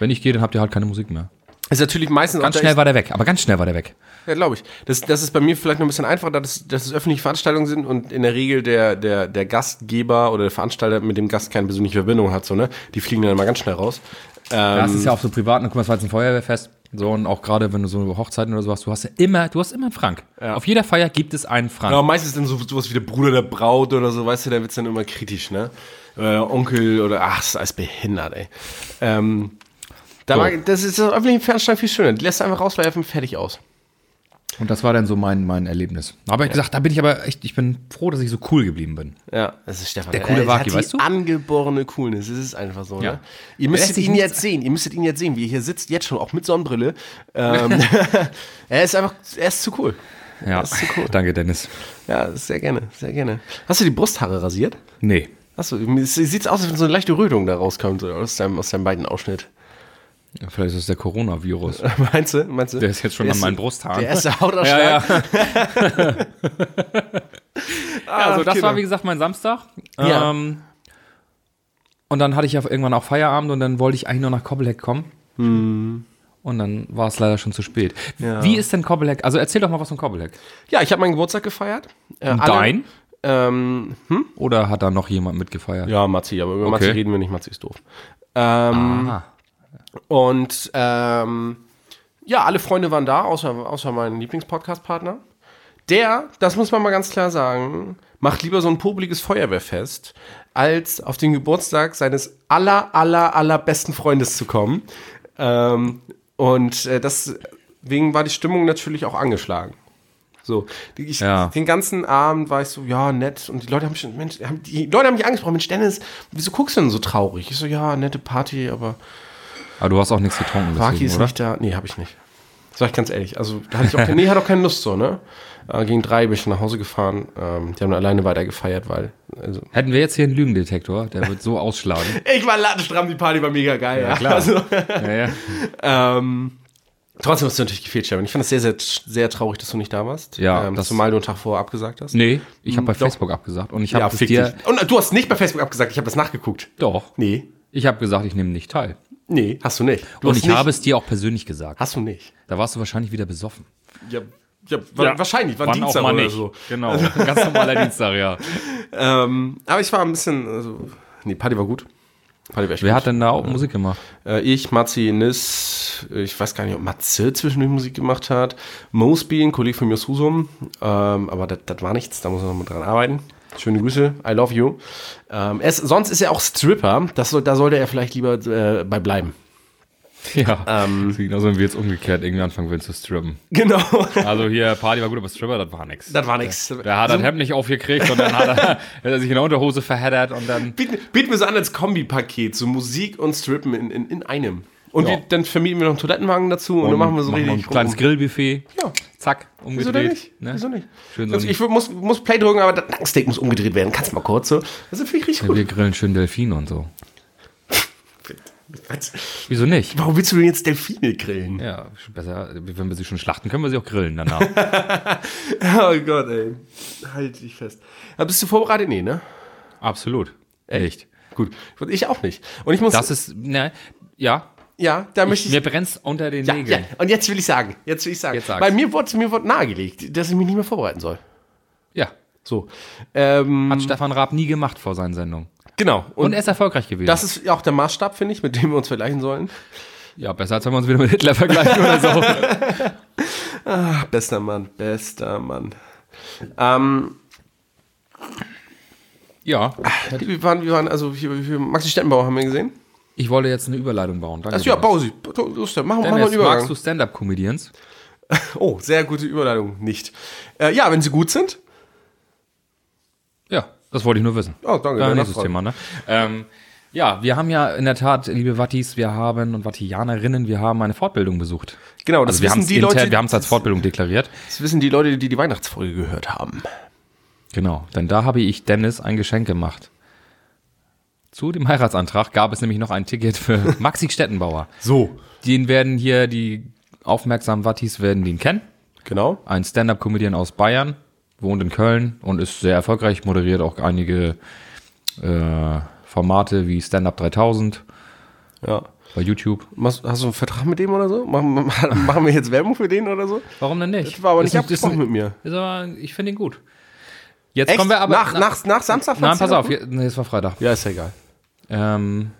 S1: Wenn ich gehe, dann habt ihr halt keine Musik mehr.
S2: Ist natürlich meistens
S1: Ganz
S2: auch-
S1: schnell war der weg, aber ganz schnell war der weg.
S2: Ja, glaube ich. Das, das ist bei mir vielleicht noch ein bisschen einfacher, da das, dass es öffentliche Veranstaltungen sind und in der Regel der, der, der Gastgeber oder der Veranstalter mit dem Gast keine persönliche Verbindung hat. So, ne? Die fliegen dann mal ganz schnell raus. Ähm,
S1: Ja, es ist ja auch so privat, ne, guck mal, es war jetzt ein Feuerwehrfest. So, und auch gerade wenn du so Hochzeiten oder so hast, du hast ja immer, du hast immer einen Frank. Auf jeder Feier gibt es einen Frank.
S2: Aber meistens dann so, sowas wie der Bruder der Braut oder so, weißt du, da wird es dann immer kritisch, ne? Äh, Onkel oder, ach, ist alles behindert, ey. Ähm, da
S1: So.
S2: war, das ist das öffentliche Veranstaltung viel schöner. Die lässt du einfach rauswerfen, fertig aus.
S1: Und das war dann so mein, mein Erlebnis. Aber ich gesagt, da bin ich aber echt, ich bin froh, dass ich so cool geblieben bin.
S2: Ja, das ist Stefan.
S1: Der coole
S2: Er hat
S1: Waki,
S2: die
S1: weißt du?
S2: Angeborene Coolness, es ist einfach so.
S1: Ja.
S2: Ne? Ihr
S1: lässt
S2: müsstet
S1: sich
S2: ihn
S1: nichts
S2: jetzt sehen, ihr müsstet ihn jetzt sehen, wie er hier sitzt, jetzt schon, auch mit Sonnenbrille. Ähm, [LAUGHS] er ist einfach, er ist zu cool.
S1: Ja,
S2: Das ist so cool.
S1: danke, Dennis.
S2: Ja, sehr gerne, sehr gerne. Hast du die Brusthaare rasiert?
S1: Nee.
S2: Achso, es sieht aus, als wenn so eine leichte Rötung da rauskommt, so aus deinem, aus deinem beiden Ausschnitt.
S1: Vielleicht ist es der Coronavirus.
S2: Meinst du? Meinst du?
S1: Der ist jetzt schon an meinen Brusthaaren.
S2: Der
S1: [LAUGHS]
S2: erste Hautausschlag.
S1: ja.
S2: Ah,
S1: ja, also das
S2: Kinder.
S1: war wie gesagt mein Samstag.
S2: Ja.
S1: Ähm, und dann hatte ich ja irgendwann auch Feierabend und dann wollte ich eigentlich nur nach Kobbelheck kommen.
S2: Hm.
S1: Und dann war es leider schon zu spät. Wie ist denn Kobbelheck? Also erzähl doch mal was von Kobbelheck.
S2: Ja, ich habe meinen Geburtstag gefeiert. Äh, alle-
S1: Dein?
S2: Ähm,
S1: Oder hat da noch jemand mitgefeiert?
S2: ja, Matzi, aber über
S1: Okay.
S2: Matzi reden wir nicht, Matzi ist doof. Ähm,
S1: Ah.
S2: Und ähm, ja, alle Freunde waren da, außer, außer mein Lieblingspodcast-Partner. Der, das muss man mal ganz klar sagen, macht lieber so ein publikes Feuerwehrfest, als auf den Geburtstag seines aller, aller, aller besten Freundes zu kommen. Ähm, und äh, das, deswegen war die Stimmung natürlich auch angeschlagen. So, ich,
S1: Ja.
S2: den ganzen Abend war ich so, ja, nett. Und die Leute haben schon, Mensch, haben, die Leute haben mich angesprochen, Mensch, Dennis, wieso guckst du denn so traurig? Ich so, ja, nette Party, aber
S1: Aber du hast auch nichts getrunken.
S2: Waki ist
S1: oder?
S2: nicht da. Nee, habe ich nicht. Sag ich ganz ehrlich. Also, da hatte ich auch, keine- nee, hatte auch keine Lust so, ne? Äh, gegen drei bin ich nach Hause gefahren. Ähm, die haben alleine weiter gefeiert, weil, also,
S1: Hätten wir jetzt hier einen Lügendetektor, der wird so ausschlagen.
S2: Ich war lattenstramm, die Party war mega geil. [LAUGHS] Ja,
S1: klar.
S2: Also,
S1: ja, ja.
S2: ähm, trotzdem hast du natürlich gefehlt, Sharon. Ich fand es sehr, sehr, sehr traurig, dass du nicht da warst.
S1: Ja,
S2: ähm,
S1: das-
S2: zumal du einen Tag vorher abgesagt hast.
S1: Nee, ich habe bei
S2: doch.
S1: Facebook abgesagt und ich
S2: ja,
S1: habe
S2: fick
S1: dir.
S2: dich. Und äh, du hast nicht bei Facebook abgesagt, ich habe das nachgeguckt.
S1: Doch.
S2: Nee,
S1: Ich habe gesagt, ich nehme nicht teil.
S2: nee, hast du nicht. Du
S1: und
S2: hast
S1: ich
S2: nicht,
S1: habe es dir auch persönlich gesagt.
S2: Hast du nicht.
S1: Da warst du wahrscheinlich wieder besoffen.
S2: Ja, ja, wa- wahrscheinlich, war ein Dienstag oder so.
S1: Genau, ganz normaler Dienstag,
S2: [LAUGHS]
S1: ja.
S2: Ähm, aber ich war ein bisschen, also, nee, Party war gut. Party war echt
S1: Wer
S2: gut.
S1: hat denn da auch Musik gemacht?
S2: Äh, Ich, Matzi, Nis, ich weiß gar nicht, ob Matze zwischendurch Musik gemacht hat. Mosby, ein Kollege von mir aus Husum. Ähm, aber das war nichts, da muss man noch mal dran arbeiten. Schöne Grüße, I love you. Ähm, es, sonst ist er auch Stripper, das soll, da sollte er vielleicht lieber äh, bei bleiben.
S1: Ja, ähm, genauso wenn wir jetzt umgekehrt irgendwie anfangen würden zu strippen.
S2: [LAUGHS] Genau,
S1: Also hier, Party war gut, aber Stripper, das war nix.
S2: das war nichts.
S1: Der hat das Hemd nicht aufgekriegt und dann hat er, [LAUGHS] hat er sich in der Unterhose verheddert und dann...
S2: Bieten, bieten wir so an als Kombipaket, so Musik und Strippen in, in, in einem. Und
S1: Ja.
S2: wir, dann vermieten wir noch einen Toilettenwagen dazu und, dann machen wir so
S1: noch
S2: richtig.
S1: ein kleines Grillbuffet.
S2: Ja.
S1: Zack,
S2: Wieso denn
S1: umgedreht.
S2: nicht?
S1: Ne?
S2: Wieso nicht?
S1: Schön so
S2: also
S1: ein-
S2: ich wür- muss, muss Play drücken, aber das Nackensteak muss umgedreht werden. Kannst mal kurz so. Das ist finde ich richtig
S1: Wir
S2: gut.
S1: grillen schön Delfine und so.
S2: Was?
S1: Wieso nicht?
S2: Warum willst du denn jetzt Delfine
S1: [LAUGHS]
S2: grillen?
S1: Ja, besser, wenn wir sie schon schlachten, können wir sie auch grillen danach.
S2: [LAUGHS] Oh Gott, ey. Halt dich fest. Ja, bist du vorbereitet? Nee, ne?
S1: Absolut. Echt?
S2: Gut. Ich auch nicht. Und ich muss.
S1: Das ist, ne, ja,
S2: ja, da möchte ich.
S1: mir brennt's unter den
S2: Ja, ja,
S1: Nägeln.
S2: und jetzt will ich sagen, jetzt will ich sagen,
S1: Jetzt sag's.
S2: weil mir wurde, mir wurde nahegelegt, dass ich mich nicht mehr vorbereiten soll.
S1: Ja.
S2: So, ähm,
S1: Hat Stefan Raab nie gemacht vor seinen Sendungen.
S2: genau. Und,
S1: Und er ist erfolgreich gewesen.
S2: das ist auch der Maßstab, finde ich, mit dem wir uns vergleichen sollen.
S1: ja, besser als wenn wir uns wieder mit Hitler vergleichen oder
S2: [LAUGHS]
S1: so.
S2: Bester Mann, bester Mann. Ähm,
S1: Ja.
S2: Wir waren, wir waren also hier, hier, Maxi Stettenbauer haben wir gesehen.
S1: Ich wollte jetzt eine Überleitung bauen. Danke.
S2: Also ja,
S1: Dennis.
S2: bau sie. Lust, mach, mach mal einen
S1: Dennis, magst du
S2: Übergang.
S1: Stand-Up-Comedians?
S2: Oh, sehr gute Überleitung. Nicht. Äh, ja, wenn sie gut sind.
S1: Ja, das wollte ich nur wissen.
S2: Oh, danke,
S1: Äh,
S2: der
S1: nächstes
S2: Nachfrage.
S1: Thema, ne? Ähm, ja, wir haben ja in der Tat, liebe Wattis, wir haben und Wattianerinnen, wir haben eine Fortbildung besucht.
S2: Genau, das
S1: Also wir haben
S2: wissen
S1: es
S2: die Leute.
S1: wir haben's als Fortbildung deklariert.
S2: das wissen die Leute, die die Weihnachtsfolge gehört haben.
S1: Genau, denn da habe ich Dennis ein Geschenk gemacht. Zu dem Heiratsantrag gab es nämlich noch ein Ticket für [LAUGHS] Maxi Stettenbauer.
S2: So.
S1: Den werden hier die aufmerksamen Wattis werden den kennen.
S2: Genau.
S1: Ein Stand-up-Comedian aus Bayern, wohnt in Köln und ist sehr erfolgreich, moderiert auch einige äh, Formate wie Stand-up 3000
S2: Ja.
S1: bei YouTube.
S2: Machst- Hast du einen Vertrag mit dem oder so? Machen, machen wir jetzt Werbung für den oder so?
S1: Warum denn nicht?
S2: Das war aber nicht
S1: ein-
S2: abgesprochen
S1: ein-
S2: mit mir.
S1: Ist aber, ich finde ihn gut. Jetzt
S2: Echt?
S1: kommen wir aber
S2: nach, nach, nach Samstag?
S1: nein,
S2: fandst du
S1: pass auf,
S2: das gut?
S1: je- nee, es war Freitag.
S2: Ja, ist ja egal.
S1: Ähm,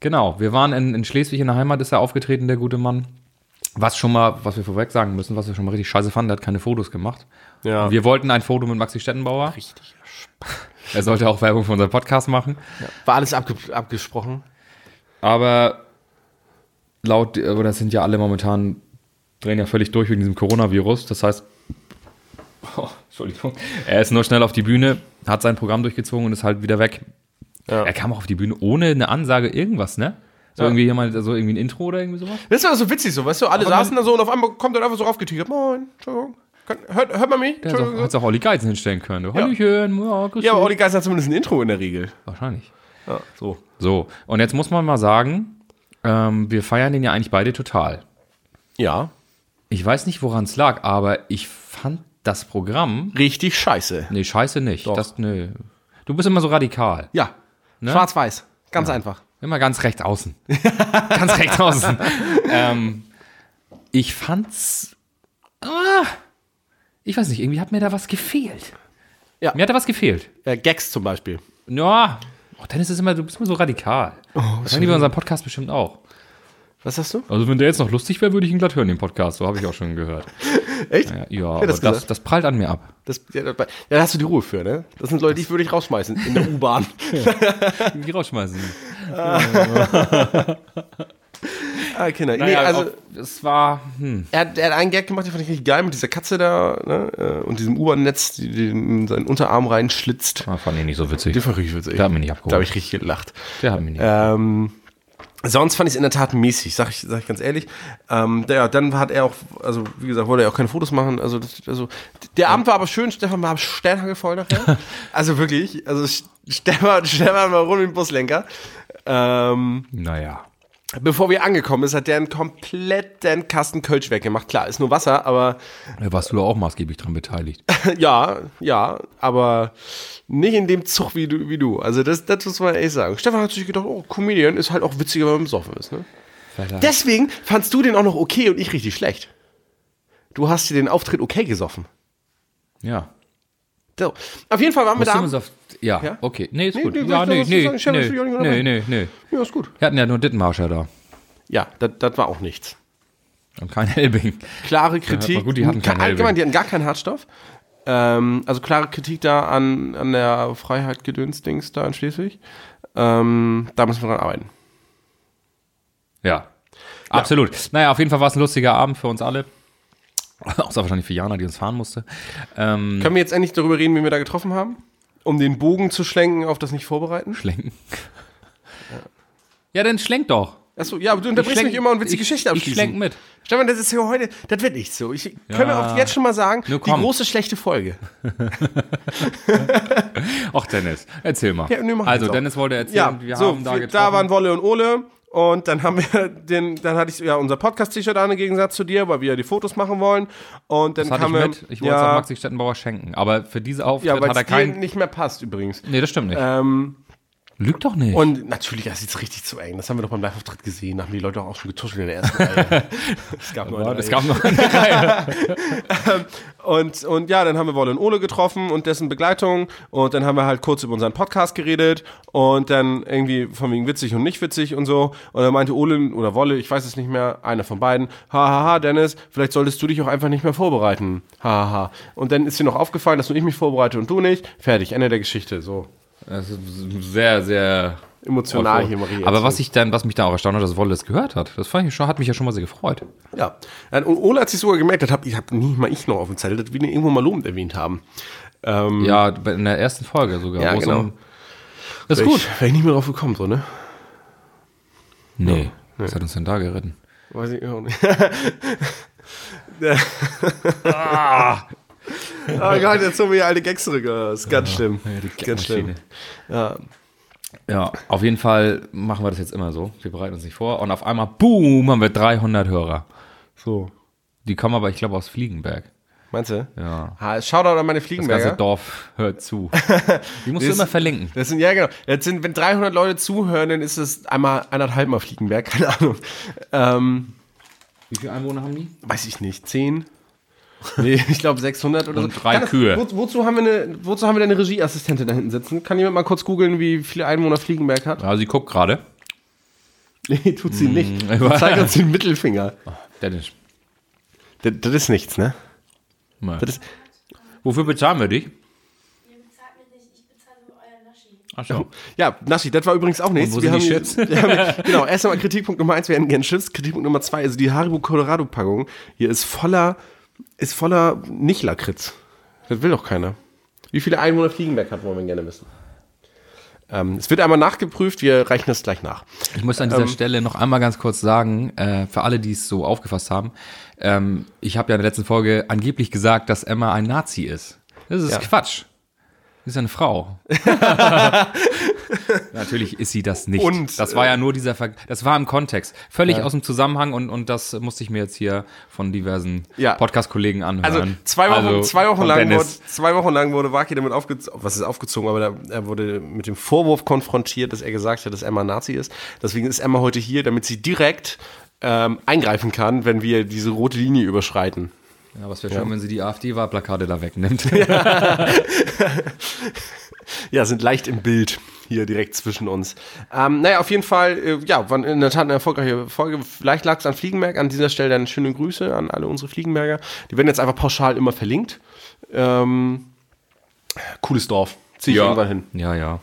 S1: genau, wir waren in, in Schleswig in der Heimat, ist er aufgetreten, der gute Mann. Was schon mal, was wir vorweg sagen müssen, was wir schon mal richtig scheiße fanden, der hat keine Fotos gemacht.
S2: Ja.
S1: Wir wollten ein Foto mit Maxi Stettenbauer. Richtig. Er sollte auch Werbung für unseren Podcast machen.
S2: War alles abge abgesprochen?
S1: Aber laut, aber das sind ja alle momentan, drehen ja völlig durch wegen diesem Coronavirus. Das heißt, [LAUGHS] oh, Entschuldigung, er ist nur schnell auf die Bühne, hat sein Programm durchgezogen und ist halt wieder weg. Er kam auch auf die Bühne ohne eine Ansage, irgendwas, ne? So irgendwie jemand, so irgendwie ein Intro oder irgendwie sowas?
S2: Das war so witzig so, weißt du? Alle saßen da so und auf einmal kommt dann einfach so raufgetigert. Moin, Entschuldigung. Kann, hört, hört man mich?
S1: Der hat
S2: Entschuldigung.
S1: es auch Olli Geizen hinstellen können. Du, Hallöchen, ja, grüß
S2: Ja, aber
S1: dich.
S2: Olli Geißler hat zumindest ein Intro in der Regel.
S1: Wahrscheinlich.
S2: Ja, so.
S1: So, und jetzt muss man mal sagen, ähm, wir feiern den ja eigentlich beide total.
S2: Ja.
S1: Ich weiß nicht, woran es lag, aber ich fand das Programm
S2: Richtig scheiße.
S1: Nee, scheiße nicht. Das, nee. Du bist immer so radikal.
S2: Ja.
S1: Ne?
S2: Schwarz-Weiß. Ganz einfach.
S1: Immer ganz rechts außen. [LAUGHS] ganz rechts außen. ähm, ich fand's. Ah, ich weiß nicht, irgendwie hat mir da was gefehlt.
S2: Ja.
S1: Mir hat da was gefehlt.
S2: Äh, Gags zum Beispiel.
S1: Ja. Oh, Dennis ist immer, du bist immer so radikal.
S2: Oh,
S1: das haben die bei unserem Podcast bestimmt auch.
S2: Was hast du?
S1: Also, wenn der jetzt noch lustig wäre, würde ich ihn glatt hören, den Podcast. So habe ich auch schon gehört.
S2: Echt?
S1: Ja,
S2: Ja,
S1: ja aber das,
S2: das
S1: das,
S2: gesagt?
S1: prallt an mir ab.
S2: Das, ja, da- da da hast du die Ruhe für, ne? Das sind Leute, die würde ich rausschmeißen
S1: [LAUGHS]
S2: in der U-Bahn.
S1: Die rausschmeißen.
S2: Ah, Kinder.
S1: Naja,
S2: nee, also
S1: ob- es war, hm,
S2: er, hat, er hat einen Gag gemacht, den fand ich richtig geil mit dieser Katze da ne? äh, und diesem U-Bahn-Netz, die den in seinen Unterarm reinschlitzt.
S1: ah, fand ich nicht so witzig.
S2: Die fand ich richtig witzig.
S1: Der hat mich nicht abgeholt.
S2: Da habe ich richtig gelacht.
S1: Der hat mich nicht.
S2: Ähm, sonst fand ich es in der Tat mäßig, sag ich, sag ich ganz ehrlich. Ähm, ja, dann hat er auch, also wie gesagt, wollte er auch keine Fotos machen. Also, das, also der Abend war aber schön, Stefan war Sternhagel voll nachher. also wirklich, also Sch- Stefan, Stefan war rund mit dem Buslenker. Ähm,
S1: naja.
S2: bevor wir angekommen ist, hat der einen kompletten Kasten Kölsch weggemacht. Klar, ist nur Wasser, aber
S1: Da warst du da auch maßgeblich dran beteiligt.
S2: ja, ja, aber nicht in dem Zug wie du. Wie du. Also das, das muss man ehrlich sagen. Stefan hat sich gedacht, oh, Comedian ist halt auch witziger, wenn man besoffen ist. Ne? Deswegen fandst du den auch noch okay und ich richtig schlecht. Du hast dir den Auftritt okay gesoffen.
S1: Ja.
S2: So. Auf jeden Fall waren wir
S1: Musst du
S2: da.
S1: uns auf, ja,
S2: Ja?
S1: okay. Nee, ist
S2: Nee,
S1: gut.
S2: nee,
S1: ja,
S2: willst du
S1: nee,
S2: was
S1: nee,
S2: sagen? Stell mich für die
S1: nee,
S2: auch nicht
S1: nee,
S2: dabei.
S1: nee, nee.
S2: Ja, ist gut.
S1: Wir hatten ja nur Dittenmarscher da
S2: Ja, das, das war auch nichts.
S1: und kein Elbing.
S2: Klare
S1: Ja,
S2: Kritik.
S1: aber gut, die hatten keinen Helbing.
S2: allgemein, die hatten gar keinen Hartstoff. Ähm, also klare Kritik da an, an der Freiheit Gedönsdings da in Schleswig. Ähm, da müssen wir dran arbeiten.
S1: Ja. Absolut. Naja, auf jeden Fall war es ein lustiger Abend für uns alle. Außer wahrscheinlich für Jana, die uns fahren musste. Ähm,
S2: Können wir jetzt endlich darüber reden, wen wir da getroffen haben? Um den Bogen zu schlenken auf das nicht vorbereiten?
S1: schlenken. Ja, dann schlenk doch.
S2: Achso, ja, aber du unterbrichst
S1: schlenk-
S2: mich immer und willst die
S1: ich-
S2: Geschichte
S1: ich
S2: abschließen.
S1: schlenk mit.
S2: Stefan, das ist ja heute, das wird nicht so. Ich können wir auch jetzt schon mal sagen, die
S1: Nur komm.
S2: große schlechte Folge.
S1: Och, Dennis, erzähl mal.
S2: Ja, nee, mach
S1: also,
S2: jetzt auch.
S1: Dennis wollte erzählen,
S2: Ja,
S1: wir
S2: so,
S1: haben da
S2: wir,
S1: getroffen.
S2: da waren Wolle und Ole und dann haben wir den, dann hatte ich ja unser Podcast-T-Shirt an im Gegensatz zu dir, weil wir ja die Fotos machen wollen und dann
S1: das hatte ich
S2: kam er-
S1: mit. Ich wollte es
S2: ja,
S1: auch Maxi Stettenbauer schenken. Aber für diese Auftritt
S2: ja, weil
S1: hat er
S2: es dir
S1: keinen.
S2: nicht mehr passt übrigens.
S1: Nee, das stimmt nicht.
S2: Ähm,
S1: Lüg doch nicht.
S2: und natürlich, das ist jetzt richtig zu eng. Das haben wir doch beim Live-Auftritt gesehen. Da haben die Leute auch schon getuschelt in
S1: [LAUGHS]
S2: der ersten Reihe. es gab nur eine
S1: ja, Oh, das
S2: Reihe.
S1: kam
S2: [LAUGHS]
S1: noch eine Reihe.
S2: Und, und ja, dann haben wir Wolle und Ole getroffen und dessen Begleitung. Und dann haben wir halt kurz über unseren Podcast geredet. Und dann irgendwie von wegen witzig und nicht witzig und so. Und dann meinte Ole oder Wolle, ich weiß es nicht mehr, einer von beiden, hahaha, Dennis, vielleicht solltest du dich auch einfach nicht mehr vorbereiten. Hahaha. Und dann ist dir noch aufgefallen, dass nur ich mich vorbereite und du nicht. Fertig, Ende der Geschichte. So
S1: Das ist sehr, sehr.
S2: emotional hier, Marie.
S1: Aber was ich dann, was mich da auch erstaunt hat, dass Wolle das gehört hat. Das fand ich schon, hat mich ja schon mal sehr gefreut.
S2: Ja. Dann- Und Ole hat sich sogar gemerkt, das habe ich hab nie mal ich noch auf dem Zettel, dass wir den irgendwo mal lobend erwähnt haben. Ähm,
S1: Ja, in der ersten Folge sogar.
S2: Ja,
S1: wo es
S2: genau.
S1: um- Das ist
S2: wär
S1: gut.
S2: Ich, wär ich nicht mehr drauf gekommen, so, ne?
S1: Nee, was hat uns denn da geritten?
S2: Weiß ich auch nicht. ah. Oh Gott, jetzt holen wir hier alte Gags zurück. Das ist ganz schlimm. ganz schlimm.
S1: Ja, auf jeden Fall machen wir das jetzt immer so. Wir bereiten uns nicht vor. Und auf einmal, boom, haben wir 300 Hörer.
S2: So.
S1: Die kommen aber, ich glaube, aus Fliegenberg.
S2: Meinst du?
S1: Ja.
S2: Ah, Shoutout an meine
S1: Das ganze
S2: Fliegenberger.
S1: Dorf hört
S2: [LAUGHS]
S1: zu. Die musst du
S2: Das-
S1: immer verlinken.
S2: Das sind, ja genau. Das sind, wenn 300 Leute zuhören, dann ist es einmal eineinhalb Mal Fliegenberg, [LAUGHS] keine Ahnung. Ähm,
S1: Wie viele Einwohner haben die?
S2: weiß ich nicht, 10? Nee, [LAUGHS] ich glaube 600 oder
S1: Und
S2: so.
S1: drei
S2: Kann das-
S1: Kühe.
S2: Wo, wozu, haben wir eine, wozu haben wir denn eine Regieassistentin da hinten sitzen? Kann jemand mal kurz googeln, wie viele Einwohner Fliegenberg hat? [LAUGHS]
S1: Also, sie guckt gerade.
S2: Nee, tut
S1: Hm,
S2: sie nicht.
S1: aber-
S2: Zeig uns den Mittelfinger.
S1: Dennis,
S2: Das, das ist nichts, ne?
S1: mal.
S2: Das ist,
S1: wofür bezahlen wir dich?
S5: Ihr bezahlt mich nicht, ich bezahle nur euer Naschi.
S1: Ach so.
S2: ja, Naschi, das war übrigens auch nichts.
S1: Und wo sind die Chips?
S2: [LAUGHS] wir haben, genau, erst einmal Kritikpunkt Nummer eins, wir hätten gerne Chips. Kritikpunkt Nummer zwei, also die Haribo Colorado Packung hier ist voller, ist voller Nicht-Lakritz. Das will doch keiner. Wie viele Einwohner Fliegenberg hat, wollen wir gerne wissen. Ähm, es wird einmal nachgeprüft, wir reichen das gleich nach.
S1: Ich muss an dieser
S2: Ähm.
S1: Stelle noch einmal ganz kurz sagen, äh, für alle, die es so aufgefasst haben, ähm, ich habe ja in der letzten Folge angeblich gesagt, dass Emma ein Nazi ist. Das ist
S2: Ja.
S1: Quatsch. Sie ist eine
S2: [LAUGHS]
S1: Frau. Natürlich ist sie das nicht.
S2: Und, äh,
S1: das war ja nur dieser Ver das war im Kontext, völlig aus dem Zusammenhang und und das musste ich mir jetzt hier von diversen
S2: Ja.
S1: Podcast Kollegen anhören.
S2: Also zwei Wochen,
S1: Also
S2: zwei Wochen
S1: von
S2: lang wurde,
S1: Dennis.
S2: zwei Wochen lang wurde Waki damit aufgezogen, was ist aufgezogen, aber da, er wurde mit dem Vorwurf konfrontiert, dass er gesagt hat, dass Emma Nazi ist. Deswegen ist Emma heute hier, damit sie direkt ähm, eingreifen kann, wenn wir diese rote Linie überschreiten.
S1: Ja, aber es wäre schön, wenn sie die AfD war Plakate da wegnimmt.
S2: [LAUGHS]
S1: [LAUGHS]
S2: Ja, sind leicht im Bild hier direkt zwischen uns. Ähm, naja, auf jeden Fall, äh, ja, war in der Tat eine erfolgreiche Folge. Vielleicht lag es an Fliegenberg. An dieser Stelle dann schöne Grüße an alle unsere Fliegenberger. Die werden jetzt einfach pauschal immer verlinkt. Ähm, cooles Dorf. Zieh ich irgendwann hin.
S1: Ja, ja.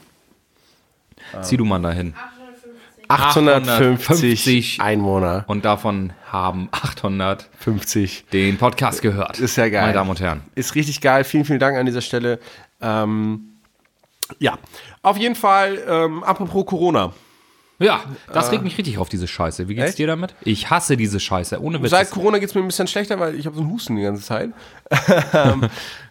S1: Zieh du mal dahin.
S5: 850.
S2: 850
S1: 850
S2: Einwohner.
S1: Und davon haben 800
S2: 50.
S1: den Podcast gehört.
S2: Ist ja geil.
S1: Meine Damen und Herren.
S2: Ist richtig geil. Vielen, vielen Dank an dieser Stelle. Ähm, ja, auf jeden Fall, ähm, apropos Corona.
S1: Ja, das regt mich richtig auf, diese Scheiße. Wie geht's
S2: Äh. echt?
S1: dir damit? Ich hasse diese Scheiße, ohne Witz.
S2: Seit Corona geht es mir ein bisschen schlechter, weil ich habe so einen Husten die ganze Zeit.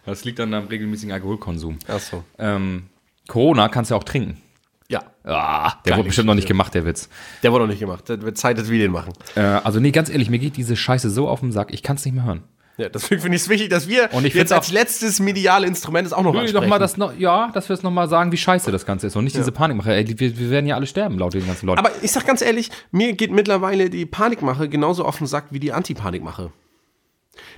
S1: Das liegt an deinem regelmäßigen Alkoholkonsum.
S2: Achso.
S1: Ähm, Corona kannst du ja auch trinken.
S2: Ja,
S1: Ah, der
S2: Geile
S1: wurde bestimmt noch nicht gemacht, der Witz.
S2: der wurde noch nicht gemacht. Das wird Zeit, dass wir den machen.
S1: Äh, also nee, ganz ehrlich, mir geht diese Scheiße so auf den Sack, ich kann's nicht mehr hören.
S2: Ja, deswegen finde ich es wichtig, dass wir
S1: Und ich
S2: jetzt
S1: find's
S2: als
S1: auch-
S2: letztes mediale Instrument ist auch noch
S1: Noch mal das, noch, ja, dass wir es nochmal sagen, wie scheiße das Ganze ist und nicht diese Panikmache. Ey, wir, wir werden ja alle sterben, laut den ganzen Leuten.
S2: Aber ich sag ganz ehrlich, mir geht mittlerweile die Panikmache genauso auf den Sack wie die Antipanikmache.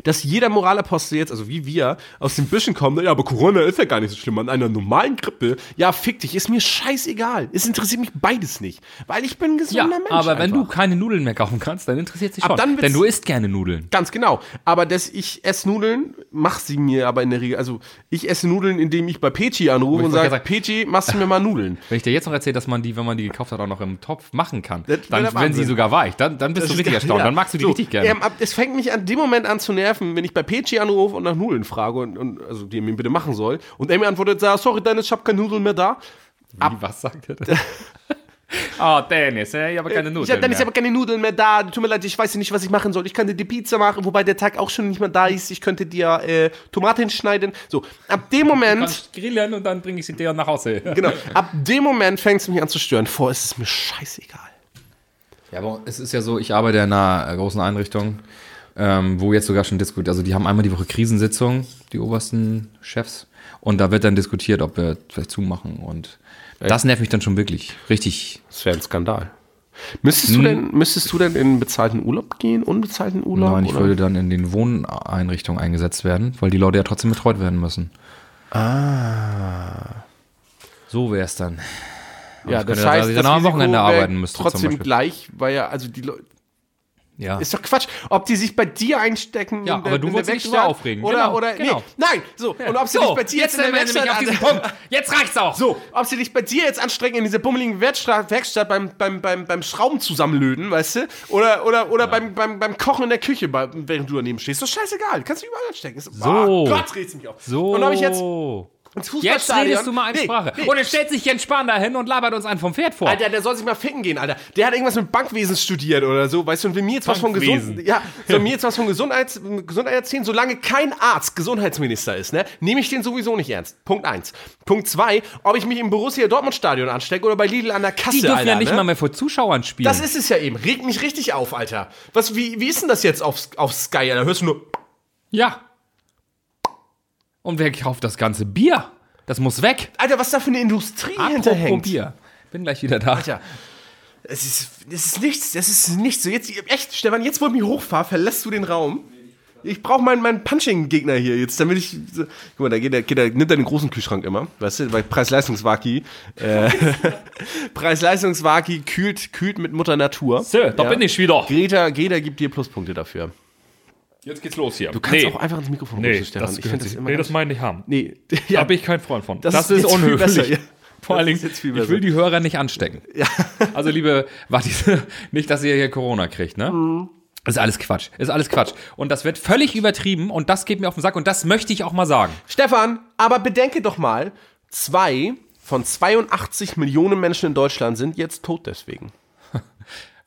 S2: Dass jeder Moralapostel jetzt, also wie wir, aus den Büschen kommt, ja, aber Corona ist ja gar nicht so schlimm, an einer normalen Grippe, ja, fick dich, ist mir scheißegal. Es interessiert mich beides nicht, weil ich bin ein
S1: ja,
S2: gesunder Mensch.
S1: aber wenn du
S2: einfach.
S1: keine Nudeln mehr kaufen kannst, dann interessiert sich
S2: Ab
S1: schon.
S2: dann wird's-
S1: Denn du isst gerne Nudeln.
S2: Ganz genau. Aber dass ich esse Nudeln, mach sie mir aber in der Regel. Also ich esse Nudeln, indem ich bei Pechi anrufe
S1: Ich
S2: und
S1: wollte
S2: sage,
S1: gerade
S2: Pechi, machst du mir mal Nudeln.
S1: Wenn ich dir jetzt noch erzähle, dass man die, wenn man die gekauft hat, auch noch im Topf machen kann,
S2: Das
S1: dann,
S2: wäre
S1: wenn
S2: der
S1: sie
S2: Wahnsinn.
S1: sogar weich, dann, dann bist du richtig erstaunt. Dann magst du die
S2: So,
S1: richtig gerne.
S2: ähm, ab- es fängt mich an dem Moment an zu nerven, wenn ich bei Pechi anrufe und nach Nudeln frage, und, und, also die er mir bitte machen soll. Und er mir antwortet, sagt, sorry Dennis, ich habe keine Nudeln mehr da.
S1: Wie, was sagt er
S2: [LAUGHS]
S1: denn? oh, Dennis, ey, ich habe keine Nudeln
S2: ich habe Dennis, ich
S1: mehr.
S2: habe keine Nudeln mehr da. Tut mir leid, ich weiß nicht, was ich machen soll. Ich könnte die Pizza machen, wobei der Tag auch schon nicht mehr da ist. Ich könnte dir äh, Tomaten schneiden. So, ab
S1: Kann
S2: dem Moment...
S1: ich grillen und dann bringe ich sie dir nach Hause.
S2: Genau. Ab dem Moment fängt es mich an zu stören. Vor ist es mir scheißegal.
S1: Ja, aber es ist ja so, ich arbeite in einer äh, großen Einrichtung, ähm, wo jetzt sogar schon diskutiert, also die haben einmal die Woche Krisensitzung, die obersten Chefs, und da wird dann diskutiert, ob wir vielleicht zumachen und das nervt mich dann schon wirklich, richtig.
S2: Das wäre ein Skandal. Müsstest
S1: Hm?
S2: du, denn, müsstest du denn in bezahlten Urlaub gehen, unbezahlten Urlaub?
S1: Nein, ich
S2: oder?
S1: würde dann in den Wohneinrichtungen eingesetzt werden, weil die Leute ja trotzdem betreut werden müssen. Ah. So wäre es dann.
S2: Ja,
S1: ich könnte dann- dass ich dann auch am
S2: Risiko
S1: Wochenende
S2: wär
S1: arbeiten müsste, zum
S2: Trotzdem
S1: Beispiel.
S2: gleich, weil ja, also die Leute.
S1: Ja.
S2: Ist doch Quatsch, ob die sich bei dir einstecken.
S1: Ja,
S2: in der-
S1: aber du
S2: in der
S1: wolltest dich
S2: Werkstatt
S1: drüber aufregen.
S2: Oder,
S1: Genau,
S2: oder,
S1: genau.
S2: Nee, nein, so. Und ob sie dich bei dir jetzt, in der Werkstatt
S1: Jetzt reicht's auch.
S2: [LAUGHS] So, ob sie dich bei dir jetzt anstrengen in dieser bummeligen Werkstra- Werkstatt beim, beim, beim, beim Schrauben zusammenlöten, weißt du? Oder, oder, oder beim, beim, beim Kochen in der Küche, bei, während du daneben stehst. Das ist scheißegal. Kannst du überall anstecken. Ist, Ah,
S1: So.
S2: Gott, regt's mich auf.
S1: So.
S2: Und ob ich jetzt ins
S1: Jetzt
S2: Fußballstadion...
S1: redest du mal eine
S2: Nee,
S1: Sprache.
S2: nee,
S1: Und es stellt sich Jens Spahn dahin und labert uns einen vom Pferd vor.
S2: Alter, der soll sich mal ficken gehen, Alter. Der hat irgendwas mit Bankwesen studiert oder so, weißt du, und will mir jetzt was von
S1: Bankwesen.
S2: Gesund, ja, soll mir jetzt was von Gesundheits, Gesundheit erzählen, solange kein Arzt Gesundheitsminister ist, ne? Nehme ich den sowieso nicht ernst. Punkt eins. Punkt zwei, ob ich mich im Borussia Dortmund Stadion anstecke oder bei Lidl an der Kasse,
S1: die dürfen
S2: Alter,
S1: ja nicht
S2: ne?
S1: mal mehr vor Zuschauern spielen.
S2: Das ist es ja eben. Regt mich richtig auf, Alter. Was, wie, wie ist denn das jetzt auf, auf Sky? Da hörst du nur.
S1: ja. Und wer kauft das ganze Bier? Das muss weg.
S2: Alter, was da für eine Industrie
S1: Apropos
S2: hinterhängt.
S1: Bier. Bin gleich wieder da.
S2: Alter. Es ist, es ist nichts, das ist nichts. So jetzt, echt, Stefan, jetzt wo ich mich hochfahre, verlässt du den Raum. Ich brauche meinen, meinen Punching-Gegner hier jetzt, damit ich. so- Guck mal, da geht der, geht der, nimmt er den großen Kühlschrank immer. Weißt du, weil Preis-Leistungs-Waki. Äh, [LAUGHS] Preis-Leistungs-Waki kühlt, kühlt mit Mutter Natur.
S1: So, da bin ich wieder.
S2: Greta, Greta gibt dir Pluspunkte dafür.
S1: Jetzt geht's los hier.
S2: Du kannst auch einfach ins Mikrofon
S1: nee,
S2: rutschen, Stefan.
S1: das
S2: ich finde das immer. ganz-
S1: meine ich haben.
S2: nee, [LAUGHS] ja,
S1: Da bin ich kein Freund von. Das, ist,
S2: ist jetzt viel
S1: unhöflich.
S2: besser, ja.
S1: Vor allen
S2: Das
S1: Dingen,
S2: ist jetzt viel
S1: ich will
S2: besser.
S1: die Hörer nicht anstecken. [LAUGHS] Also, liebe Wattis, [LAUGHS] nicht, dass ihr hier Corona kriegt, ne?
S2: Mhm.
S1: Ist alles Quatsch. Ist alles Quatsch. Und das wird völlig übertrieben und das geht mir auf den Sack und das möchte ich auch mal sagen.
S2: Stefan, aber bedenke doch mal, zwei von 82 Millionen Menschen in Deutschland sind jetzt tot deswegen.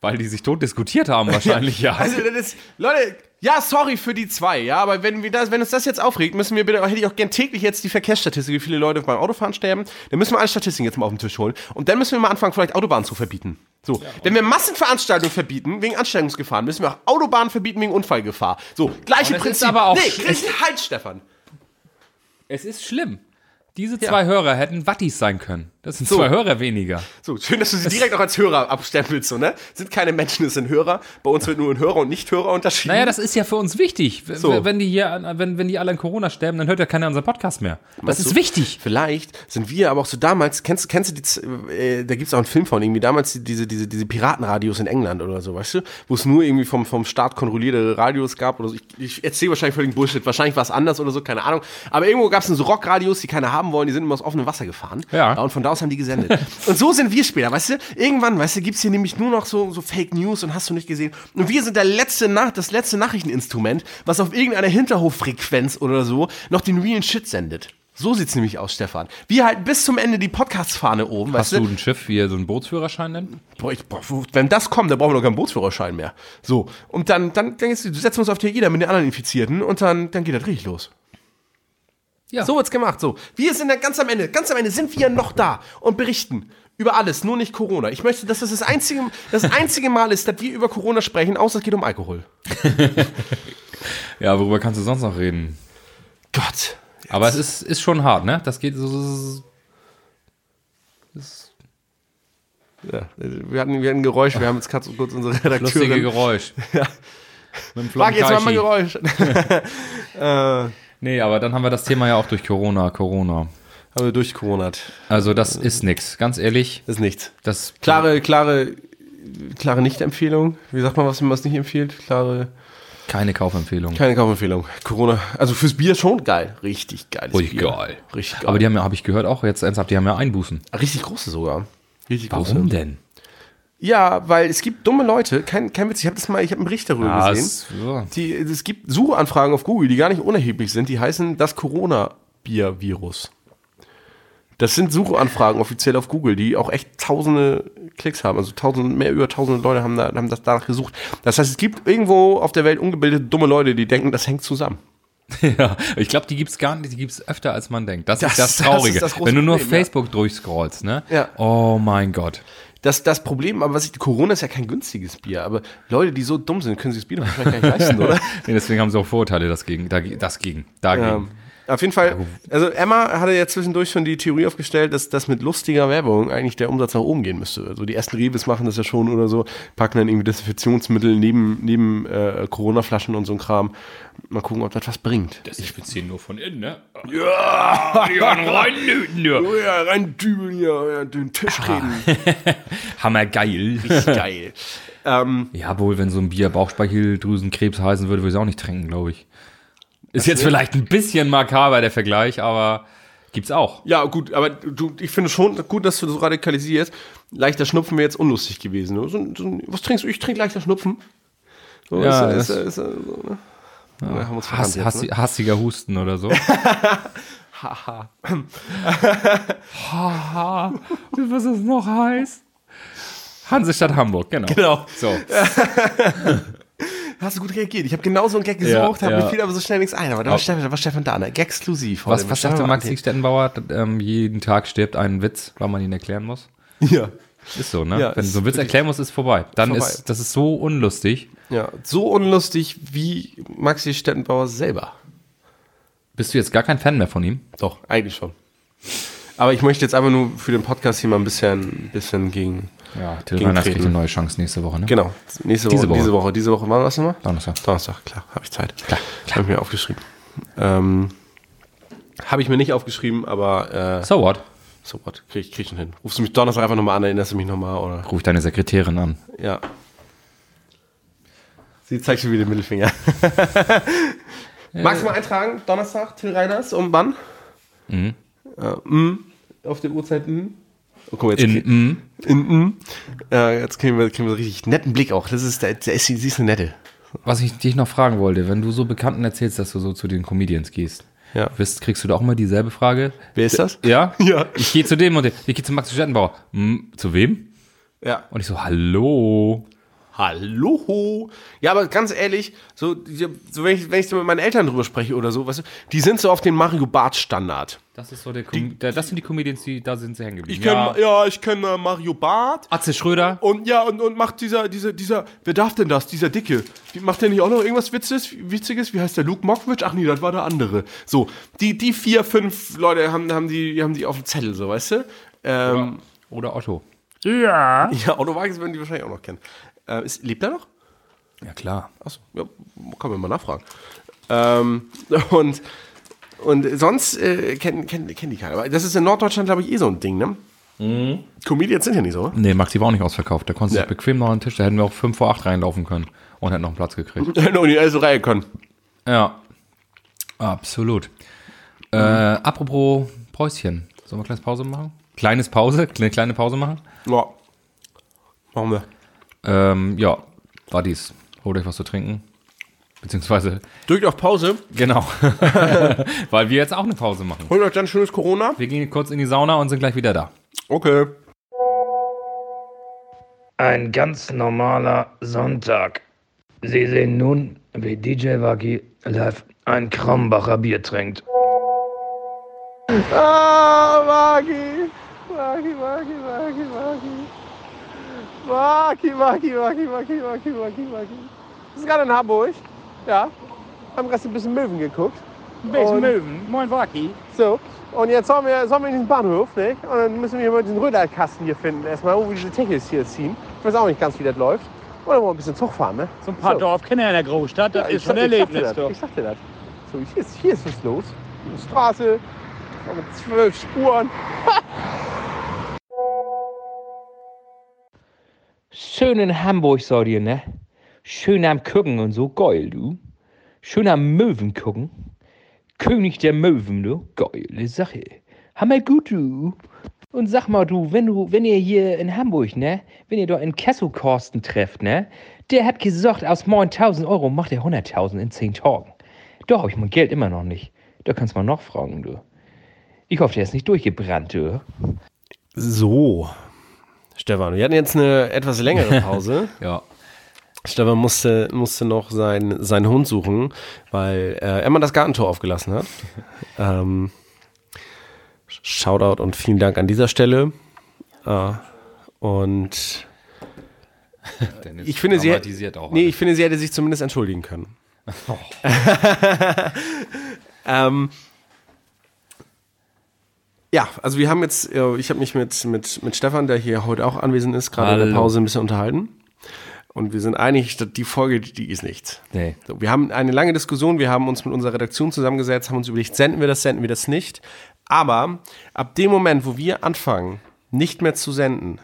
S1: Weil die sich tot diskutiert
S2: [LAUGHS]
S1: haben, wahrscheinlich, ja.
S2: Also, das ist, Leute, ja, sorry für die zwei, ja, aber wenn, wir das, wenn uns das jetzt aufregt, müssen wir bitte, hätte ich auch gern täglich jetzt die Verkehrsstatistik, wie viele Leute beim Autofahren sterben, dann müssen wir alle Statistiken jetzt mal auf den Tisch holen und dann müssen wir mal anfangen, vielleicht Autobahnen zu verbieten. So, wenn wir Massenveranstaltungen verbieten wegen Ansteigungsgefahren, müssen wir auch Autobahnen verbieten wegen Unfallgefahr. So, gleiche
S1: es ist
S2: Prinzip.
S1: aber auch-
S2: nee, richtig, halt, Stefan.
S1: es ist schlimm. Diese zwei Hörer hätten Wattis sein können. Das sind zwei Hörer weniger.
S2: So, schön, dass du sie direkt auch als Hörer abstempelst, so, ne? Sind keine Menschen, es sind Hörer. Bei uns wird nur ein Hörer und Nicht-Hörer unterschieden.
S1: Naja, das ist ja für uns wichtig. W-
S2: So.
S1: Wenn die hier, an- wenn, wenn die alle an Corona sterben, dann hört ja keiner unseren Podcast mehr. Das ist wichtig.
S2: Vielleicht sind wir aber auch so damals, kennst, du- kennst du die, Z- äh, da gibt's auch einen Film von irgendwie, damals die- diese, diese, diese Piratenradios in England oder so, weißt du? Wo es nur irgendwie vom, vom Staat kontrollierte Radios gab oder so. Ich, ich erzähle wahrscheinlich völligen Bullshit, wahrscheinlich war es anders oder so, keine Ahnung. Aber irgendwo gab's dann so Rockradios, die keiner haben haben wollen, die sind immer aus offenem Wasser gefahren.
S1: Ja.
S2: Und von da aus haben die gesendet. und so sind wir später, weißt du? Irgendwann, weißt du, gibt's hier nämlich nur noch so, so Fake News und hast du nicht gesehen. Und wir sind der letzte Nach das letzte Nachrichteninstrument, was auf irgendeiner Hinterhoffrequenz oder so noch den realen Shit sendet. So sieht's nämlich aus, Stefan. Wir halten bis zum Ende die Podcast-Fahne oben,
S1: Hast
S2: weißt
S1: du ein Schiff, wie so einen Bootsführerschein nennt?
S2: Boah, ich, boah, wenn das kommt, dann brauchen wir doch keinen Bootsführerschein mehr. So, und dann, dann, dann jetzt setzen wir uns auf Teida mit den anderen Infizierten und dann, dann geht das richtig los.
S1: Ja.
S2: So wird's gemacht, so. Wir sind dann ganz am Ende, ganz am Ende sind wir noch da und berichten über alles, nur nicht Corona. Ich möchte, dass das das einzige, das einzige Mal ist, dass wir über Corona sprechen, außer es geht um Alkohol.
S1: Ja, worüber kannst du sonst noch reden?
S2: Gott.
S1: Aber es ist, ist schon hart, ne? Das geht so. so-
S2: Ja, wir, hatten, wir hatten ein Geräusch, wir haben jetzt kurz kurz [LAUGHS] unsere
S1: so lustige
S2: Redakteurin. [LAUGHS]
S1: Geräusch. Ja. Mit
S2: Wag, jetzt mal ein
S1: Geräusch.
S2: Geräusch.
S1: Nee, aber dann haben wir das Thema ja auch durch Corona, Corona.
S2: [LAUGHS] Haben wir durch Corona.
S1: Also das ist nix, ganz ehrlich.
S2: Ist nichts.
S1: Das
S2: Klare, klare, klare Nicht-Empfehlung. Wie sagt man, was man was nicht empfiehlt? Klare,
S1: keine Kaufempfehlung.
S2: keine Kaufempfehlung. Corona. Also fürs Bier schon geil. Richtig geiles
S1: Richtig
S2: Bier.
S1: geil.
S2: Richtig geil.
S1: Aber die haben ja, habe ich gehört, auch jetzt ernsthaft, die haben ja Einbußen.
S2: richtig große sogar. Richtig
S1: Warum denn? [LAUGHS]
S2: Ja, weil es gibt dumme Leute. Kein, kein Witz. Ich habe das mal, ich habe einen Bericht darüber
S1: Ah,
S2: gesehen.
S1: es- ja.
S2: Die, es gibt Suchanfragen auf Google, die gar nicht unerheblich sind. Die heißen das Corona-Bier-Virus. Das sind Suchanfragen offiziell auf Google, die auch echt tausende Klicks haben. Also tausend, mehr über tausende Leute haben, da, haben das danach gesucht. Das heißt, es gibt irgendwo auf der Welt ungebildete dumme Leute, die denken, das hängt zusammen.
S1: Ja, ich glaube, die gibt's gar nicht, die gibt's öfter als man denkt. Das,
S2: Das- [LAUGHS]
S1: ist das
S2: das ist
S1: Traurige.
S2: das große
S1: Wenn du nur
S2: Problem, ja.
S1: Facebook durchscrollst, ne?
S2: Ja.
S1: Oh mein Gott.
S2: Das, das Problem, aber was ich, Corona ist ja kein günstiges Bier, aber Leute, die so dumm sind, können sich das Bier doch wahrscheinlich gar
S1: [LAUGHS]
S2: nicht leisten, oder?
S1: Nee, deswegen haben sie auch Vorurteile das gegen, dagegen, das gegen, dagegen.
S2: Ja. Auf jeden Fall, also Emma hatte ja zwischendurch schon die Theorie aufgestellt, dass das mit lustiger Werbung eigentlich der Umsatz nach oben gehen müsste. Also die ersten Reves machen das ja schon oder so, packen dann irgendwie Desinfektionsmittel neben, neben äh, Corona-Flaschen und so ein Kram. Mal gucken, ob das was bringt.
S1: Das ist jetzt hier nur von innen, ne?
S2: [LAUGHS] Oh ja, rein dübeln hier, ja, den Tisch reden. [LAUGHS]
S1: Hammergeil.
S2: Geil. Ähm,
S1: Ja, wohl, wenn so ein Bier Bauchspeicheldrüsenkrebs heißen würde, würde ich es auch nicht trinken, glaube ich. Ist jetzt vielleicht ein bisschen makaber der Vergleich, aber gibt's auch.
S2: ja, gut, aber du, ich finde schon gut, dass du so radikalisierst. Leichter Schnupfen wäre jetzt unlustig gewesen. ne? So, ein- so, ein- was trinkst du? Ich trinke leichter Schnupfen. So,
S1: Ja,
S2: ist, ist,
S1: das-
S2: ist, ist, so, ne? Ja, haben wir uns verrannt
S1: Hass,
S2: jetzt,
S1: hassi-
S2: ne?
S1: Hassiger Husten oder so.
S2: [LAUGHS] Haha.
S1: Haha. Was ist noch heiß? Hansestadt Hamburg, genau.
S2: Genau.
S1: So.
S2: Hast du gut reagiert? Ich habe genau so einen Gag
S1: Ja,
S2: gesucht, hab
S1: ja.
S2: mir fiel aber so schnell nichts ein. Aber da war, Stefan, da war Stefan da, ne? Gag-exklusiv.
S1: Was,
S2: Heute.
S1: was
S2: Stefan
S1: sagte
S2: war
S1: Maxi
S2: aktiv.
S1: Stettenbauer? Ähm, jeden Tag stirbt ein Witz, weil man ihn erklären muss.
S2: Ja.
S1: Ist so, ne?
S2: Ja,
S1: Wenn
S2: ist
S1: so ein Witz erklären muss, ist vorbei. Dann
S2: vorbei.
S1: ist das ist so unlustig.
S2: ja. So unlustig wie Maxi Stettenbauer selber.
S1: Bist du jetzt gar kein Fan mehr von ihm?
S2: Doch, eigentlich schon. Aber ich möchte jetzt einfach nur für den Podcast hier mal ein bisschen, bisschen gegen.
S1: Ja, Till
S2: Gegen
S1: Reiners kriegt
S2: Kreten.
S1: eine neue Chance nächste Woche, ne?
S2: Genau. Nächste Woche,
S1: Diese
S2: diese
S1: Woche.
S2: Woche. Diese Woche, diese Woche wann war das nochmal?
S1: Donnerstag.
S2: Donnerstag, klar, habe ich Zeit. Klar, klar. Habe ich mir aufgeschrieben. Ähm, habe ich mir nicht aufgeschrieben, aber äh,
S1: So what?
S2: so what, krieg, ich- krieg ich schon hin. Rufst du mich Donnerstag einfach nochmal an, erinnerst du mich nochmal oder?
S1: Ruf deine Sekretärin an.
S2: Ja. Sie zeigt schon wieder
S1: [LAUGHS]
S2: den Mittelfinger. Magst du mal eintragen? Donnerstag, Till Reiners, um wann?
S1: Mhm.
S2: Ja, mm, auf der Uhrzeit. Mm. Oh, guck mal, jetzt,
S1: In,
S2: krieg-
S1: mm,
S2: in, mm. Ja, jetzt kriegen, wir, kriegen wir einen richtig netten Blick auch. Das ist, da, da ist, sie sie ist eine nette.
S1: was ich dich noch fragen wollte, wenn du so Bekannten erzählst, dass du so zu den Comedians gehst,
S2: Ja.
S1: wirst, kriegst du da auch mal dieselbe Frage?
S2: Wer ist das?
S1: [LAUGHS] Ja?
S2: Ja.
S1: Ich gehe zu dem und dem. ich gehe zu Max Stettenbauer. Hm, zu wem?
S2: Ja.
S1: Und ich so, hallo.
S2: Hallo. Ja, aber ganz ehrlich, so, die- so wenn, ich, wenn ich so mit meinen Eltern drüber spreche oder so, weißt du, die sind so auf den Mario Barth Standard.
S1: Das ist so der das sind die Comedians, die da sind sie hängen geblieben.
S2: ja, ich kenne Mario Barth.
S1: Atze Schröder.
S2: Und ja, und, und macht dieser, dieser, dieser, wer darf denn das? Dieser Dicke. Wie- Macht der nicht auch noch irgendwas Witzes, Witziges? Wie heißt der? Luke Mockridge? Ach nee, das war der andere. So, die, die vier, fünf Leute haben, haben, die, haben die auf dem Zettel, so, weißt du? Ähm,
S1: Oder Otto.
S2: ja. Autowagens würden die wahrscheinlich auch noch kennen. Äh, ist, lebt er noch?
S1: Ja, klar.
S2: Achso, ja, kann man mal nachfragen. Ähm, [LAUGHS] und, und sonst äh, kennen kennen kennen die keiner. Aber das ist in Norddeutschland, glaube ich, eh so ein Ding, ne? Comedians sind ja nicht so, oder? [LAUGHS]
S1: Nee, Maxi war auch nicht ausverkauft. Da konntest du
S2: Ja.
S1: bequem noch an den Tisch. Da hätten wir auch 5 vor 8 reinlaufen können und hätten noch einen Platz gekriegt.
S2: Hätten auch in die erste Reihe können.
S1: Ja. Absolut. Äh, apropos Päuschen. Sollen wir kleines Pause machen? Kleines Pause, eine kleine Pause machen?
S2: Ja. Machen wir.
S1: Ähm, ja, war dies. Holt euch was zu trinken. Beziehungsweise,
S2: Drückt auf Pause.
S1: genau. [LAUGHS] Weil wir jetzt auch eine Pause machen.
S2: Holt euch dann schönes Corona.
S1: Wir gehen kurz in die Sauna und sind gleich wieder da.
S2: Okay.
S6: Ein ganz normaler Sonntag. Sie sehen nun, wie DJ Waki live ein Krambacher Bier trinkt.
S7: Ah, Wagi! Wagi, Wagi, Wagi, Wagi. Wagi, Wagi, Wagi, Wagi, Wagi, Wagi, Wagi. Das ist gerade in Hamburg. Ja. Haben gerade ein bisschen Möwen geguckt. Ein bisschen
S8: Möwen, moin Waki.
S7: So. Und jetzt sollen wir, sollen wir in diesen Bahnhof, ne? Und dann müssen wir hier mal diesen Röderkasten hier finden. Erstmal, wo wir diese Techels hier ziehen. Ich weiß auch nicht ganz, wie das läuft. Und dann wollen wir ein bisschen Zug fahren, ne?
S8: So ein paar
S7: So.
S8: Dorfkinder in der Großstadt, das
S7: Ja,
S8: ist schon ein
S7: sag-
S8: Erlebnis.
S7: Sagte das,
S8: doch.
S7: ich sagte das. So, hier ist, hier ist was los. Eine Straße so mit zwölf Spuren.
S9: Schön in Hamburg seid ihr, ne? Schön am Gucken und so, geil, du. Schön am Möwen gucken. König der Möwen, du. Geile Sache. Hammer gut, du. Und sag mal, du, wenn du, wenn ihr hier in Hamburg, ne? Wenn ihr da in Kesselkorsten trefft, ne? Der hat gesagt, aus 9000 Euro macht er 100.000 in 10 Tagen. Da hab ich mein Geld immer noch nicht. Da kannst du mal nachfragen, du. Ich hoffe, der ist nicht durchgebrannt, du.
S2: So. Stefan, wir hatten jetzt eine etwas [LAUGHS] längere Pause.
S1: Ja.
S2: Stefan musste, musste noch sein, seinen Hund suchen, weil äh, Emma das Gartentor aufgelassen [LAUGHS] hat. ähm, Shoutout und vielen Dank an dieser Stelle. Äh, und
S1: Dennis
S2: ich finde, sie,
S1: dramatisiert auch.
S2: nee, Oh. ich finde, sie hätte sich zumindest entschuldigen können. ähm, ja, also wir haben jetzt, äh, ich habe mich mit, mit, mit Stefan, der hier heute auch anwesend ist, gerade in der
S1: Hallo.
S2: Pause ein bisschen unterhalten. Und wir sind einig, dass die Folge, die ist nichts. [LAUGHS]
S1: Nee.
S2: So, wir haben eine lange Diskussion, wir haben uns mit unserer Redaktion zusammengesetzt, haben uns überlegt, senden wir das, senden wir das nicht. Aber ab dem Moment, wo wir anfangen, nicht mehr zu senden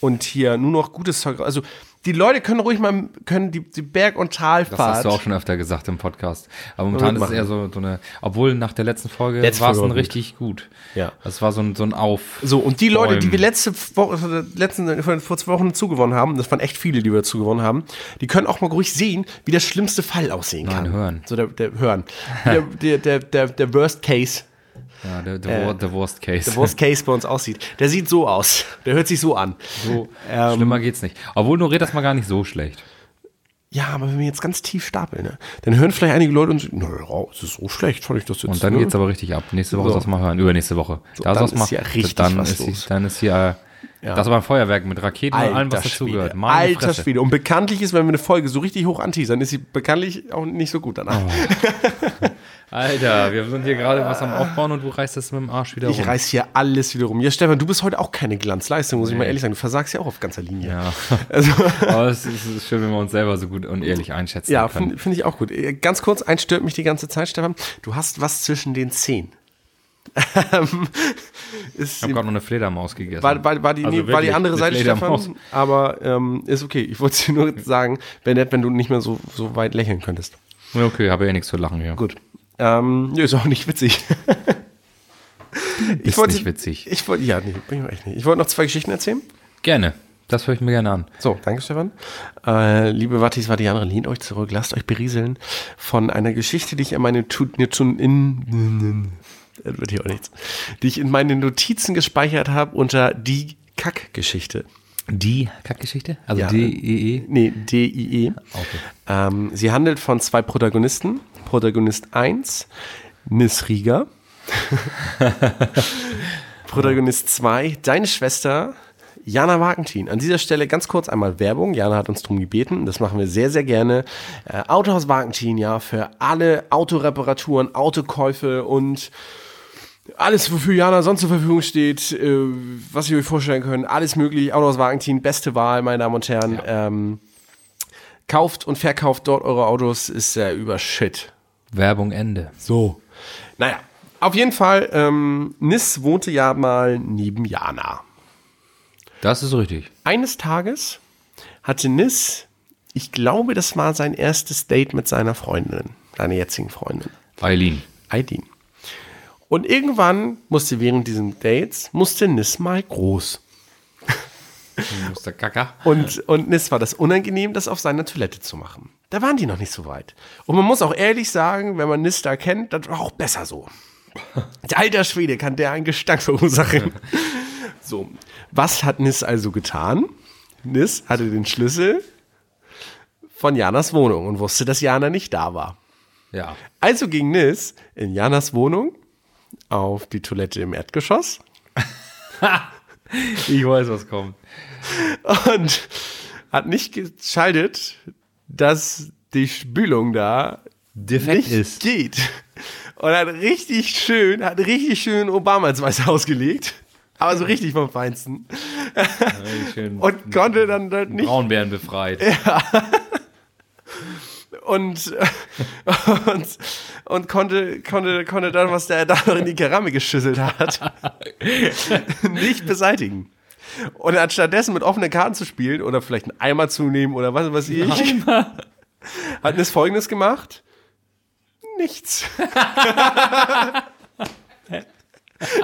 S2: und hier nur noch gutes Zeug, also die Leute können ruhig mal, können die, die Berg- und Talfahrt.
S1: Das hast du auch schon öfter gesagt im Podcast. Aber momentan ist es
S2: Mitmachen.
S1: eher so, so eine, obwohl nach der letzten Folge
S2: Letzte
S1: war es
S2: Folge
S1: ein
S2: war gut.
S1: richtig gut.
S2: Ja.
S1: Das war so ein, so ein Auf.
S2: So, und die Leute, die wir
S1: Bäumen.
S2: letzte Woche, letzten, vor vor zwei Wochen zugewonnen haben, das waren echt viele, die wir zugewonnen haben, die können auch mal ruhig sehen, wie der schlimmste Fall aussehen
S1: Nein,
S2: kann.
S1: hören.
S2: So, der, der, hören.
S1: [LAUGHS]
S2: der, der, der, der, der Worst Case.
S1: Ja, der, der, Wor- der Worst Case.
S2: Äh, Der Worst Case bei uns aussieht. Der sieht so aus. Der hört sich so an.
S1: [LAUGHS] so,
S2: Ähm.
S1: schlimmer geht's nicht. Obwohl, nur redet das mal gar nicht so schlecht.
S2: Ja, aber wenn wir jetzt ganz tief stapeln, ne, dann hören vielleicht einige Leute und sagen, naja, es ist so schlecht, fand ich das jetzt.
S1: Und dann
S2: ne?
S1: geht's aber richtig ab. Nächste Woche
S2: So.
S1: soll's mal hören. Übernächste Woche. da
S2: dann
S1: soll's mal.
S2: ist ja richtig
S1: dann,
S2: was
S1: ist,
S2: los.
S1: dann ist hier. Äh, Das war ein Feuerwerk mit Raketen und allem, was
S2: Schwede.
S1: dazugehört. Meine
S2: Alter
S1: Fresse.
S2: Schwede. Und bekanntlich ist, wenn wir eine Folge so richtig hoch anteasern, ist sie bekanntlich auch nicht so gut danach.
S1: Oh, Alter, wir sind hier gerade was am Aufbauen und du reißt das mit dem Arsch wieder um.
S2: Ich
S1: rum.
S2: reiß hier alles wieder rum. Ja, Stefan, du bist heute auch keine Glanzleistung, muss ich mal ehrlich sagen. Du versagst ja auch auf ganzer Linie.
S1: Ja.
S2: Also,
S1: Aber es ist, es ist schön, wenn wir uns selber so gut und ehrlich einschätzen
S2: ja
S1: können.
S2: finde find ich auch gut. Äh, Ganz kurz, eins stört mich die ganze Zeit, Stefan. Du hast was zwischen den Zehen. Ähm, ist,
S1: Ich habe gerade noch eine Fledermaus gegessen.
S2: war, war, war, die,
S1: Also
S2: nee, war die
S1: wirklich,
S2: andere
S1: eine
S2: Seite,
S1: Fledermaus.
S2: Stefan. Aber ähm, ist okay. Ich wollte dir nur sagen, wäre nett, wenn du nicht mehr so, so weit lächeln könntest.
S1: Ja, Okay, habe ja nichts zu lachen hier.
S2: Gut. Ähm, ja, ist auch nicht witzig.
S1: Ist
S2: wollte-
S1: nicht witzig.
S2: Ich wollte, ja, nee, bin ich echt nicht. Ich wollte noch zwei Geschichten erzählen.
S1: Gerne. Das höre ich mir gerne an.
S2: So, danke Stefan. Äh, liebe Wattis, Wattianere, lehnt euch zurück, lasst euch berieseln von einer Geschichte, die ich in meine Tu- ne- tun in [LAUGHS] das wird hier auch nichts, die ich in meinen Notizen gespeichert habe unter die Kackgeschichte.
S1: Die Kackgeschichte? Also
S2: Ja.
S1: DEE?
S2: E? Nee, DIE. Ähm, sie handelt von zwei Protagonisten. Protagonist 1, Miss Rieger. Protagonist 2, deine Schwester, Jana Wagentin. An dieser Stelle ganz kurz einmal Werbung. Jana hat uns drum gebeten. Das machen wir sehr, sehr gerne. Äh, Autohaus Wagentin, ja, für alle Autoreparaturen, Autokäufe und alles, wofür Jana sonst zur Verfügung steht, äh, was ihr euch vorstellen könnt, alles möglich. Autohaus Wagentin, beste Wahl, meine Damen und Herren. Ähm, kauft und verkauft dort eure Autos, ist ja über Shit.
S1: Werbung Ende.
S2: So. Naja, auf jeden Fall, ähm, Nis wohnte ja mal neben Jana.
S1: Das ist richtig.
S2: Eines Tages hatte Nis, ich glaube, das war sein erstes Date mit seiner Freundin, seiner jetzigen Freundin,
S1: Eileen.
S2: Aileen. Und irgendwann musste während diesen Dates, musste Nis mal groß.
S1: Mr. Kaka.
S2: Und, und Nis war das unangenehm, das auf seiner Toilette zu machen. Da waren die noch nicht so weit. Und man muss auch ehrlich sagen, wenn man Nis da kennt, das war auch besser so. Alter Schwede, kann der einen Gestank verursachen. So, was hat Nis also getan? Nis hatte den Schlüssel von Janas Wohnung und wusste, dass Jana nicht da war.
S1: Ja.
S2: Also ging Nis in Janas Wohnung auf die Toilette im Erdgeschoss
S1: Ich weiß, was kommt.
S2: und hat nicht geschaltet, dass die Spülung da
S1: Defekt
S2: nicht geht. Und hat richtig schön, hat richtig schön Obama ins Weiße Haus gelegt. Aber so richtig vom Feinsten.
S1: Schön
S2: Und konnte dann halt nicht
S1: Braunbären befreit.
S2: und, [LAUGHS] und, und konnte, konnte, konnte dann, was der da noch in die Keramik geschüsselt hat, [LAUGHS] nicht beseitigen. Und hat stattdessen mit offenen Karten zu spielen oder vielleicht einen Eimer zu nehmen oder was weiß ich, [LAUGHS] hat das folgendes gemacht. Nichts. [LAUGHS]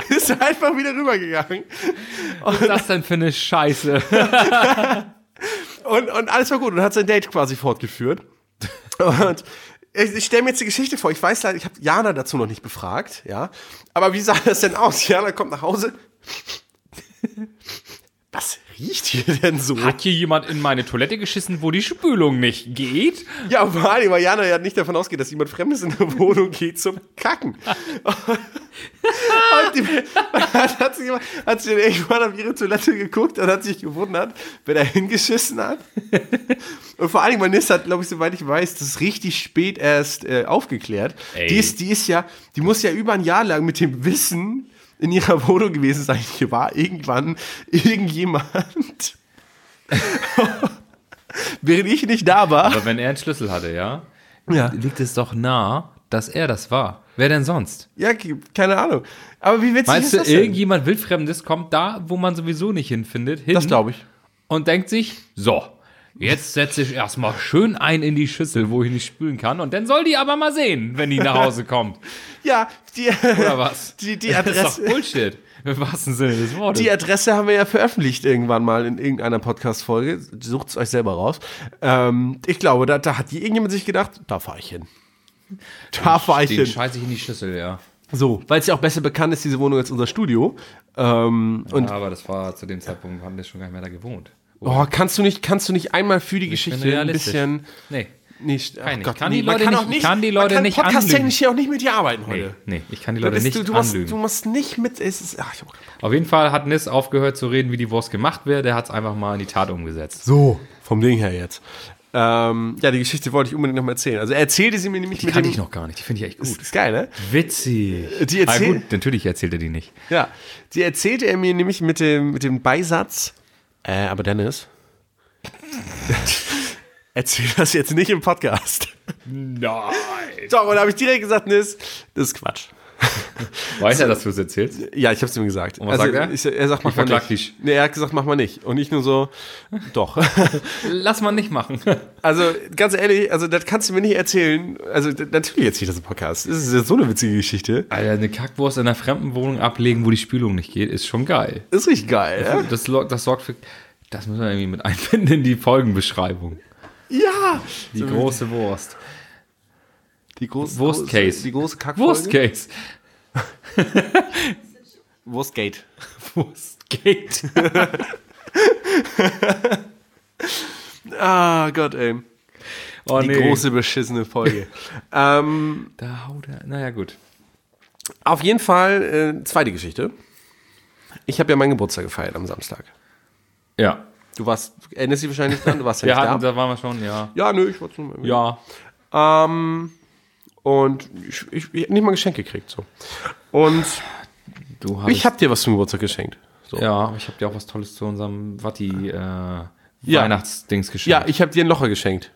S2: Ist einfach wieder rübergegangen.
S1: Was ist das denn für eine Scheiße?
S2: Und, und alles war gut und hat sein Date quasi fortgeführt. Und ich, ich stelle mir jetzt die Geschichte vor. Ich weiß leider, ich habe Jana dazu noch nicht befragt, ja. Aber wie sah das denn aus? Jana kommt nach Hause. Was riecht hier denn so?
S1: Hat hier jemand in meine Toilette geschissen, wo die Spülung nicht geht?
S2: Ja, vor allem, weil Jana ja nicht davon ausgeht, dass jemand Fremdes in eine Wohnung geht zum Kacken. Und die, hat, hat, sie, hat sie dann irgendwann auf ihre Toilette geguckt und hat sich gewundert, wer da hingeschissen hat. Und vor allem, Manis hat, glaube ich, soweit ich weiß, das richtig spät erst äh, aufgeklärt.
S1: Ey.
S2: Die ist, die ist ja, die muss ja über ein Jahr lang mit dem Wissen in ihrer Wohnung gewesen sein. Hier war irgendwann irgendjemand. [LAUGHS] Während ich nicht da war.
S1: Aber wenn er einen Schlüssel hatte, ja,
S2: Ja.
S1: liegt es doch nah, dass er das war. Wer denn sonst?
S2: Ja, ke- keine Ahnung. Aber wie witzig
S1: Meinst
S2: ist
S1: du,
S2: das denn?
S1: irgendjemand Wildfremdes kommt da, wo man sowieso nicht hinfindet, hin
S2: Das glaube ich.
S1: und denkt sich, so, jetzt setze ich erstmal schön ein in die Schüssel, wo ich nicht spülen kann und dann soll die aber mal sehen, wenn die nach Hause kommt.
S2: Ja, die,
S1: Oder was?
S2: [LAUGHS] die, die,
S1: Das [LAUGHS] ist doch
S2: Adresse,
S1: Bullshit. Im wahrsten Sinne des Wortes.
S2: die Adresse haben wir ja veröffentlicht irgendwann mal in irgendeiner Podcast-Folge. Sucht es euch selber raus. Ähm, ich glaube, da, da hat die irgendjemand sich gedacht, da fahre ich hin. Da fahre ich
S1: Den
S2: hin.
S1: scheiße ich in die Schüssel, ja.
S2: So, weil es ja auch besser bekannt ist, diese Wohnung als unser Studio. Ähm, und
S1: aber das war zu dem Zeitpunkt, haben wir schon gar nicht mehr da gewohnt.
S2: oh, kannst du nicht, kannst du nicht einmal für die Geschichte ein
S1: realistisch.
S2: bisschen.
S1: Nee.
S2: Nicht,
S1: Kann ich.
S2: Gott,
S1: Kann die
S2: man
S1: Leute
S2: kann
S1: nicht-
S2: auch
S1: kann die Leute
S2: man kann
S1: nicht
S2: Podcast-technisch hier auch nicht mit dir arbeiten
S1: Nee,
S2: heute.
S1: nee, ich kann die
S2: Du,
S1: Leute
S2: bist,
S1: nicht
S2: du, du, musst,
S1: anlügen.
S2: du musst nicht mit. Es ist, ach, ich hab
S1: Auf jeden Fall hat Nis aufgehört zu reden, wie die Wurst gemacht wird. Der hat es einfach mal in die Tat umgesetzt.
S2: So, vom Ding her jetzt. Ähm, ja, die Geschichte wollte ich unbedingt noch mal erzählen. Also er erzählte sie mir nämlich
S1: Die
S2: mit
S1: kannte
S2: dem...
S1: ich noch gar nicht. Die finde ich echt gut.
S2: Ist geil, ne?
S1: Witzig.
S2: Äh, Die erzähl-
S1: Ah, gut, natürlich erzählt er die nicht.
S2: Ja. Die erzählte er mir nämlich mit dem, mit dem Beisatz... Äh, aber Dennis... [LAUGHS] Erzähl das jetzt nicht im Podcast.
S1: Nein.
S2: So, und da habe ich direkt gesagt, Nis, das ist Quatsch. [LAUGHS]
S1: Weiß er, dass du es erzählst?
S2: Ja, ich habe es ihm gesagt. Also,
S1: was sagt er?
S2: Ich, er sagt, mach
S1: Ich
S2: mal
S1: verklag
S2: nicht.
S1: dich.
S2: Nee, er hat gesagt, mach mal nicht. Und ich nur so, doch.
S1: Lass mal nicht machen.
S2: Also ganz ehrlich, also das kannst du mir nicht erzählen. Also d- natürlich erzähle ich das im Podcast. Das ist ja so eine witzige Geschichte.
S1: [LAUGHS] Alter, eine Kackwurst in einer fremden Wohnung ablegen, wo die Spülung nicht geht, ist schon geil.
S2: Das ist richtig geil. ne?
S1: Das, lo- das sorgt für. Das müssen wir irgendwie mit [LAUGHS] einbinden in die Folgenbeschreibung.
S2: [LAUGHS] Ja.
S1: Die große Wurst.
S2: Die große
S1: Wurstcase.
S2: Die große Kackfolge.
S1: Wurstcase. [LAUGHS]
S2: Wurstgate.
S1: Wurstgate.
S2: [LAUGHS] Ah Gott, ey.
S1: Oh,
S2: Die große
S1: [LAUGHS]
S2: beschissene Folge. ähm,
S1: Da haut er. Naja, gut.
S2: auf jeden Fall äh, zweite Geschichte. Ich habe ja meinen Geburtstag gefeiert am Samstag.
S1: Ja.
S2: Du warst, erinnerst dich wahrscheinlich dran, du warst ja
S1: Wir
S2: nicht
S1: hatten,
S2: da.
S1: da waren wir schon, ja.
S2: Ja, nö, ich war zu
S1: Ja.
S2: Ähm, und ich, ich, ich hab nicht mal ein Geschenk gekriegt. So. Und
S1: Du hast.
S2: ich habe dir was zum Geburtstag geschenkt. So.
S1: Ja, aber ich habe dir auch was Tolles zu unserem Watti äh,
S2: Ja.
S1: Weihnachtsdings geschenkt.
S2: Ja, ich habe dir ein Locher geschenkt.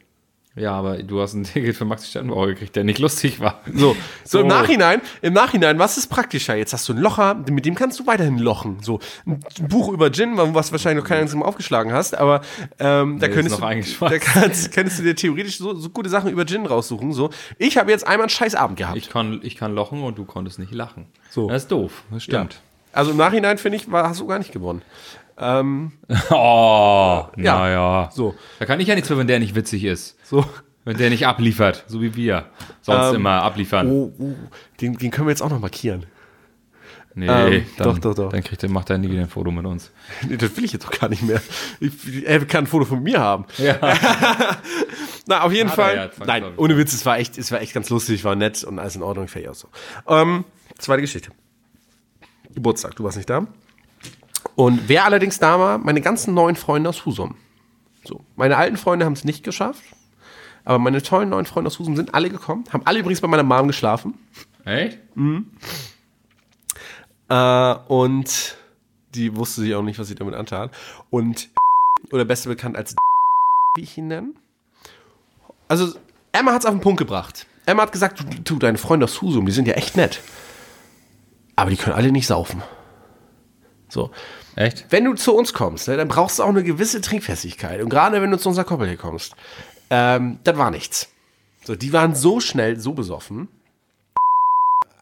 S1: Ja, aber du hast ein [LAUGHS] Ticket für Maxi Sternbauer gekriegt, der nicht lustig war.
S2: So, so
S1: So.
S2: im Nachhinein, im Nachhinein, was ist praktischer? Jetzt hast du einen Locher, mit dem kannst du weiterhin lochen. So ein Buch über Gin, was wahrscheinlich noch keiner einziges Mal aufgeschlagen hast, aber ähm, da
S1: Nee, ist
S2: könntest
S1: noch
S2: du,
S1: eingeschweißt.
S2: da kannst, könntest du dir theoretisch so, so gute Sachen über Gin raussuchen. So, ich habe jetzt einmal einen Scheißabend gehabt.
S1: Ich kann, ich kann lochen und du konntest nicht lachen.
S2: So.
S1: Das ist doof, das stimmt.
S2: Also im Nachhinein finde ich, war, hast du gar nicht gewonnen.
S1: [LAUGHS]
S2: Ähm,
S1: Oh,
S2: Ja.
S1: naja.
S2: So.
S1: Da kann ich ja nichts für, wenn der nicht witzig ist.
S2: So.
S1: Wenn der nicht abliefert, so wie wir. Sonst
S2: Ähm,
S1: immer abliefern.
S2: Oh, oh, den, den können wir jetzt auch noch markieren.
S1: nee,
S2: ähm,
S1: dann,
S2: doch, doch, doch.
S1: Dann kriegt er, macht er nie wieder ein Foto mit uns.
S2: Nee, das will ich jetzt doch gar nicht mehr. Ich, er kann ein Foto von mir haben. Na, auf jeden
S1: Hat er
S2: Fall.
S1: ja, das war,
S2: nein,
S1: glaub ich,
S2: ohne Witz, es war echt, es war echt ganz lustig, war nett und alles in Ordnung, fertig auch so. Ähm, zweite Geschichte. Geburtstag, du warst nicht da. Und wer allerdings da war, meine ganzen neuen Freunde aus Husum. So, meine alten Freunde haben es nicht geschafft, aber meine tollen neuen Freunde aus Husum sind alle gekommen, haben alle übrigens bei meiner Mom geschlafen.
S1: [LAUGHS] Echt?
S2: Äh, und die wusste sich auch nicht, was sie damit antat. Und [LAUGHS] oder besser bekannt als [LAUGHS] wie ich ihn nenne. Also Emma hat es auf den Punkt gebracht. Emma hat gesagt, du, du deine Freunde aus Husum, die sind ja echt nett. Aber die können alle nicht saufen. So.
S1: Echt?
S2: Wenn du zu uns kommst, ne, dann brauchst du auch eine gewisse Trinkfestigkeit. Und gerade wenn du zu unserer Koppel hier kommst, ähm, das war nichts. So, die waren so schnell, so besoffen.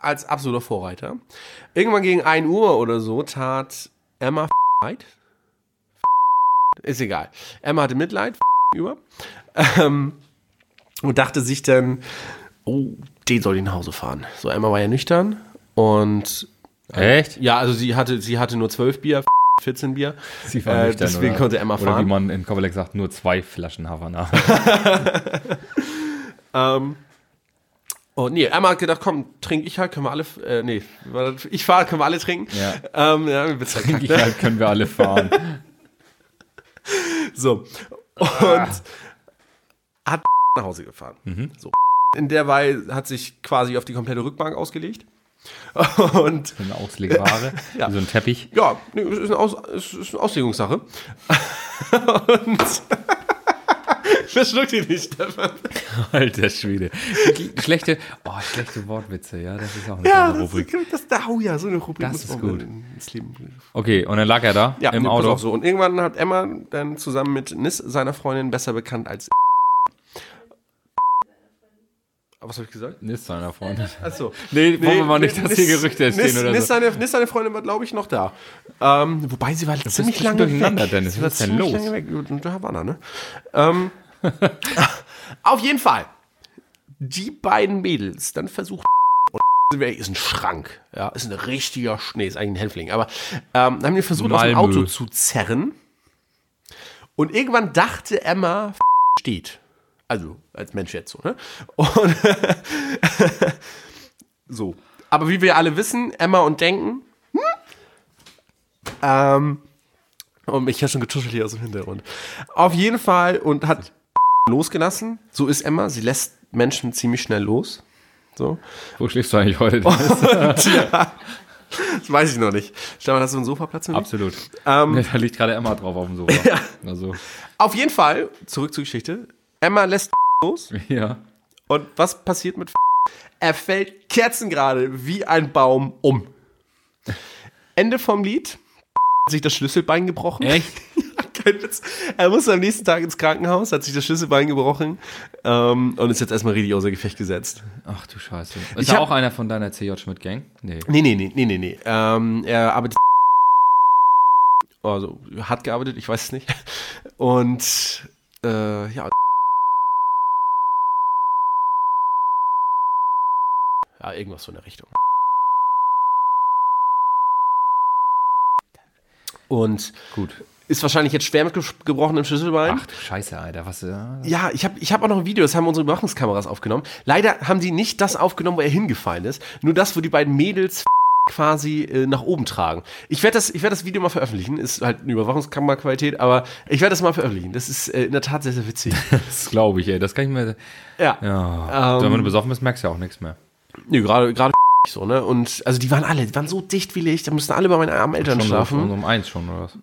S2: Als absoluter Vorreiter. Irgendwann gegen 1 Uhr oder so tat Emma Leid. Ist egal. Emma hatte Mitleid über. Ähm, und dachte sich dann, oh, den soll ich nach Hause fahren. So, Emma war ja nüchtern. Und
S1: Echt?
S2: ja, also sie hatte, sie hatte nur 12 Bier, 14 Bier.
S1: Sie
S2: äh, deswegen
S1: oder,
S2: konnte Emma
S1: Oder wie
S2: fahren.
S1: man in Kovalek sagt, nur zwei Flaschen Havana. [LAUGHS]
S2: Oh Ähm, nee, Emma hat gedacht, komm, trink ich halt, können wir alle, äh, nee, war das- ich fahre, können wir alle trinken.
S1: Ja.
S2: ähm, ja wir bezahlen
S1: Denke ich halt, können wir alle [LAUGHS] fahren.
S2: ne? So. Und hat nach Hause gefahren. So. In der Weise hat sich quasi auf die komplette Rückbank ausgelegt. [LAUGHS] Und
S1: Eine Auslegware,
S2: Ja.
S1: wie so ein Teppich.
S2: ja, nee, es ist eine, Aus, es ist eine Auslegungssache. [LAUGHS] Und [LAUGHS] verschluck die nicht, Stefan.
S1: Alter Halt, Schwede. Schlechte, oh, schlechte Wortwitze, ja, das ist auch eine
S2: Ja,
S1: tolle
S2: das,
S1: Rubrik.
S2: das, das, oh ja, so eine Rubrik
S1: Das
S2: muss
S1: ist
S2: man
S1: gut.
S2: ins Leben
S1: Okay, und dann lag er da
S2: Ja,
S1: im
S2: nee, pass
S1: Auto.
S2: auf, so. Und irgendwann hat Emma dann zusammen mit Nis, seiner Freundin, besser bekannt als.
S1: Ah,
S2: Was habe ich gesagt?
S1: Ist seiner Freundin.
S2: Achso.
S1: Nee, wollen wir mal nicht, dass hier Gerüchte entstehen
S2: Nis,
S1: oder
S2: Nis,
S1: so.
S2: seine, Nis, seine Freundin war, glaube ich, noch da. Ähm, wobei sie war ziemlich
S1: echt
S2: lange
S1: durcheinander,
S2: weg.
S1: Dennis.
S2: Sie war
S1: Was ist denn
S2: ziemlich
S1: los?
S2: lange weg. Und Da war er, ne?
S1: [LAUGHS]
S2: Ähm, auf jeden Fall. Die beiden Mädels dann versucht. und Ist ein Schrank, ja, ist ein richtiger Schnee, ist eigentlich ein Hänfling, aber ähm, haben die versucht, aus dem
S1: Malmö.
S2: Auto zu zerren. Und irgendwann dachte Emma, steht. Also, als Mensch jetzt so, ne? Und [LAUGHS] so. Aber wie wir alle wissen, Emma und Denken. Hm? Ähm, und ich höre schon getuschelt hier aus dem Hintergrund. Auf jeden Fall und hat losgelassen. So ist Emma. Sie lässt Menschen ziemlich schnell los. So.
S1: Wo schläfst du eigentlich
S2: [LAUGHS]
S1: heute?
S2: Ähm, Das weiß ich noch nicht. Stefan, hast du einen Sofaplatz für mich?
S1: Absolut.
S2: ähm,
S1: da liegt gerade Emma drauf auf dem Sofa. Also,
S2: Auf jeden Fall, zurück zur Geschichte. Emma lässt [LAUGHS] los.
S1: ja.
S2: Und was passiert mit [LAUGHS] Er fällt kerzengerade wie ein Baum um. Ende vom Lied. [LAUGHS] Hat sich das Schlüsselbein gebrochen.
S1: Echt?
S2: [LAUGHS] Kein Witz. Er muss am nächsten Tag ins Krankenhaus, hat sich das Schlüsselbein gebrochen ähm, und ist jetzt erstmal richtig außer Gefecht gesetzt.
S1: Ach du Scheiße. Ist
S2: Ich
S1: da
S2: hab-
S1: auch einer von deiner CJ Schmidt-Gang? Nee.
S2: Nee, nee, nee, nee, nee, nee. Ähm, er arbeitet. Also, hat gearbeitet, ich weiß es nicht. Und, äh, ja. Ja, irgendwas so in der Richtung. Und
S1: Gut.
S2: ist wahrscheinlich jetzt schwer mit ges- gebrochenem Schlüsselbein.
S1: Ach du Scheiße, Alter. Was, äh,
S2: Ja, ich habe ich hab auch noch ein Video, das haben unsere Überwachungskameras aufgenommen. Leider haben die nicht das aufgenommen, wo er hingefallen ist, nur das, wo die beiden Mädels quasi äh, nach oben tragen. Ich werde das, ich werd das Video mal veröffentlichen, ist halt eine Überwachungskameraqualität, aber ich werde das mal veröffentlichen. Das ist äh, in der Tat sehr, sehr witzig.
S1: Das glaube ich, ey. Das kann ich mir.
S2: ja.
S1: Ja.
S2: Ähm.
S1: Wenn du besoffen bist, merkst du ja auch nichts mehr.
S2: Nee, gerade gerade [LAUGHS] so, ne? Und also die waren alle, die waren so dicht wie Licht, da mussten alle bei meinen armen Eltern
S1: Schon so,
S2: schlafen.
S1: schon so um eins schon, oder was?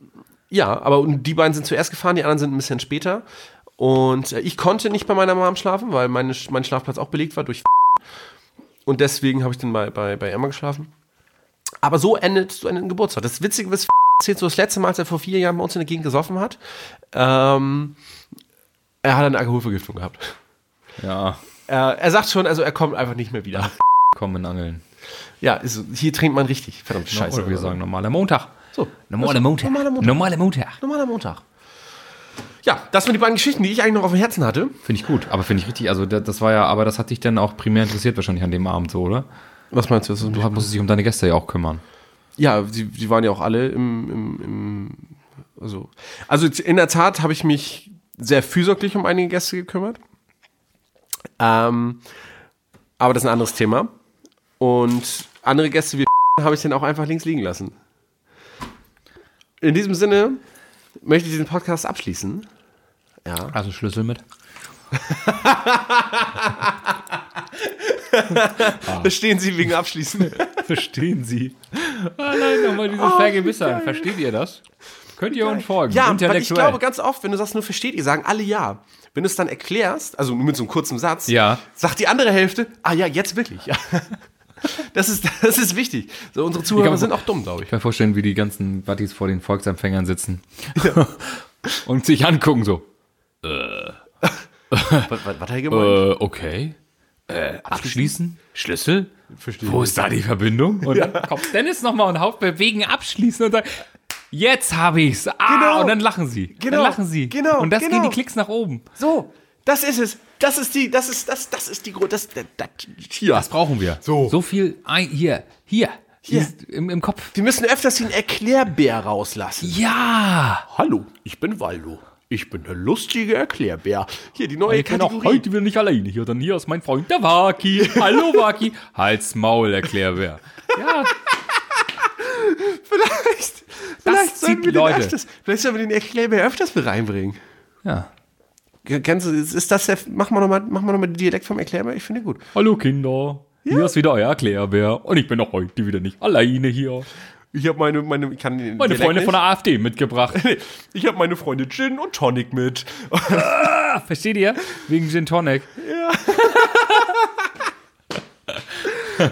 S2: Ja, aber und die beiden sind zuerst gefahren, die anderen sind ein bisschen später. Und äh, ich konnte nicht bei meiner Mom schlafen, weil meine, Sch- mein Schlafplatz auch belegt war durch und deswegen habe ich dann bei, bei, bei Emma geschlafen. Aber so endet so endet ein Geburtstag. Das Witzige ist, erzählt so das letzte Mal, als er vor vier Jahren bei uns in der Gegend gesoffen hat, ähm, er hat eine Alkoholvergiftung gehabt.
S1: Ja,
S2: Er, er sagt schon, also er kommt einfach nicht mehr wieder.
S1: kommen angeln.
S2: Ja, ist, hier trinkt man richtig. Verdammt,
S1: Scheiße.
S2: scheiße.
S1: Oder wir sagen normaler Montag.
S2: so,
S1: Normaler Montag.
S2: Normaler Montag.
S1: Normaler Montag.
S2: normaler Montag. Ja, das waren die beiden Geschichten, die ich eigentlich noch auf dem Herzen hatte.
S1: Finde ich gut, aber finde ich richtig. Also, da- das war ja, aber das hat dich dann auch primär interessiert, wahrscheinlich an dem Abend so, oder?
S2: Was meinst du?
S1: Du musst dich um deine Gäste ja auch kümmern.
S2: Ja, die, die waren ja auch alle im, im, im also, also in der Tat habe ich mich sehr fürsorglich um einige Gäste gekümmert. Ähm, aber das ist ein anderes Thema. Und andere Gäste wie [LAUGHS] habe ich dann auch einfach links liegen lassen. In diesem Sinne möchte ich diesen Podcast abschließen. Ja.
S1: Also, Schlüssel mit.
S2: Verstehen Sie wegen Abschließen.
S1: Verstehen Sie? Ah, nein, nochmal diese Vergewissern. Versteht ihr das? Könnt ihr uns folgen?
S2: Ja, weil ich
S1: intellektuell.
S2: glaube ganz oft, wenn du sagst, nur versteht ihr, sagen alle ja. Wenn du es dann erklärst, also nur mit so einem kurzen Satz,
S1: Ja.
S2: sagt die andere Hälfte, ah ja, jetzt wirklich. [LAUGHS] Ja. Das ist, das ist wichtig. So, unsere
S1: Ich
S2: Zuhörer
S1: kann-
S2: sind auch dumm, glaube ich.
S1: Ich kann mir vorstellen, wie die ganzen Wattis vor den Volksempfängern sitzen [LAUGHS] und sich angucken so.
S2: Was, was, was hat er
S1: Äh,
S2: gemeint?
S1: okay. Äh, abschließen? Schlüssel? Wo ist da die Verbindung? Und dann kommt Dennis nochmal und haut bewegen, abschließen und sagt, jetzt habe ich's. Ah,
S2: Genau.
S1: und dann lachen sie.
S2: Genau.
S1: Dann lachen sie.
S2: Genau.
S1: Und das
S2: Genau.
S1: gehen die Klicks nach oben.
S2: So, das ist es. Das ist die, das ist, das, das ist die Grund. Das, das, das, hier.
S1: Das brauchen wir. So. So viel ein, hier, hier,
S2: Hier.
S1: Ist Im, im Kopf.
S2: die müssen öfters den Erklärbär rauslassen.
S1: Ja.
S2: Hallo, ich bin Waldo. Ich bin der lustige Erklärbär. Hier, die neue Kategorie.
S1: heute wieder nicht alleine hier, dann hier ist mein Freund der Waki. Hallo Waki. Halt's Maul, erklär wer. Ja,
S2: [LAUGHS] Vielleicht, vielleicht sollten
S1: zieht
S2: wir den
S1: Leute.
S2: öfters, vielleicht sollten wir den Erklärbär öfters mit reinbringen.
S1: ja.
S2: Kannst du, ist ist das der, mach mal nochmal, mach mal nochmal den Dialekt vom Erklärbär, ich finde gut.
S1: Hallo Kinder, hier ist wieder euer Erklärbär und ich bin auch heute wieder nicht alleine hier.
S2: Ich habe meine, meine, ich kann den
S1: Meine
S2: Dialekt
S1: Freunde
S2: nicht. [LAUGHS]
S1: von der AfD mitgebracht.
S2: Ich habe meine Freunde Gin und Tonic mit.
S1: [LAUGHS]
S2: [LAUGHS]
S1: Versteht ihr? Wegen Gin Tonic.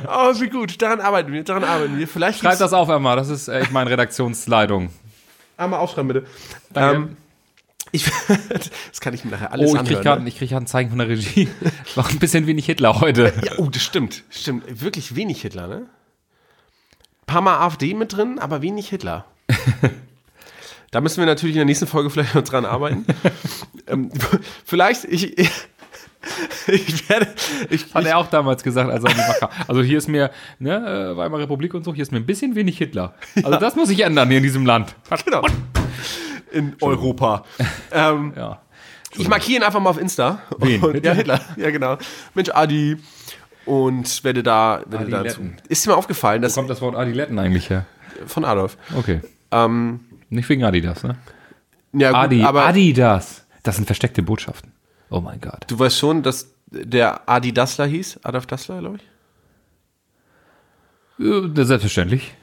S2: Oh, wie gut. Daran arbeiten wir, daran arbeiten wir. Vielleicht
S1: Schreibt
S2: gibt's-
S1: das auf einmal, das ist echt meine Redaktionsleitung.
S2: einmal aufschreiben, bitte.
S1: Danke.
S2: Ähm, ich, [LAUGHS] das kann ich mir nachher alles
S1: oh, ich
S2: anhören.
S1: krieg gerade
S2: ne?
S1: krieg grad ein Zeichen von der Regie. [LAUGHS] War ein bisschen wenig Hitler heute.
S2: ja, oh, das stimmt. Stimmt. Wirklich wenig Hitler, ne? Paar Mal AfD mit drin, aber
S1: [LAUGHS]
S2: wenig Hitler. da müssen wir natürlich in der nächsten Folge vielleicht noch
S1: [LAUGHS]
S2: dran arbeiten. ähm, vielleicht, ich, [LAUGHS] ich, ich werde, ich,
S1: Hat er auch damals gesagt, als er an die Macht kam. Also hier ist mir, ne, äh, Weimarer Republik und so, hier ist mir ein bisschen wenig Hitler. Also das muss sich ändern hier in diesem Land.
S2: Genau. In Europa. Ähm,
S1: Ja.
S2: ich markiere ihn einfach mal auf Insta.
S1: Wen?
S2: Und, ja,
S1: Hitler?
S2: Hitler. Ja, genau. Mensch, Adi. Und werde da. Werde
S1: Adi
S2: dazu.
S1: Letten.
S2: Ist mir aufgefallen, dass.
S1: Kommt das Wort Adiletten eigentlich her?
S2: Von Adolf.
S1: Okay.
S2: Ähm,
S1: Nicht wegen Adidas, ne?
S2: ja, gut,
S1: Adi,
S2: aber
S1: Adidas. Das sind versteckte Botschaften. Oh mein Gott.
S2: du weißt schon, dass der Adi Dassler hieß. Adolf Dassler, glaube ich.
S1: Äh, Selbstverständlich.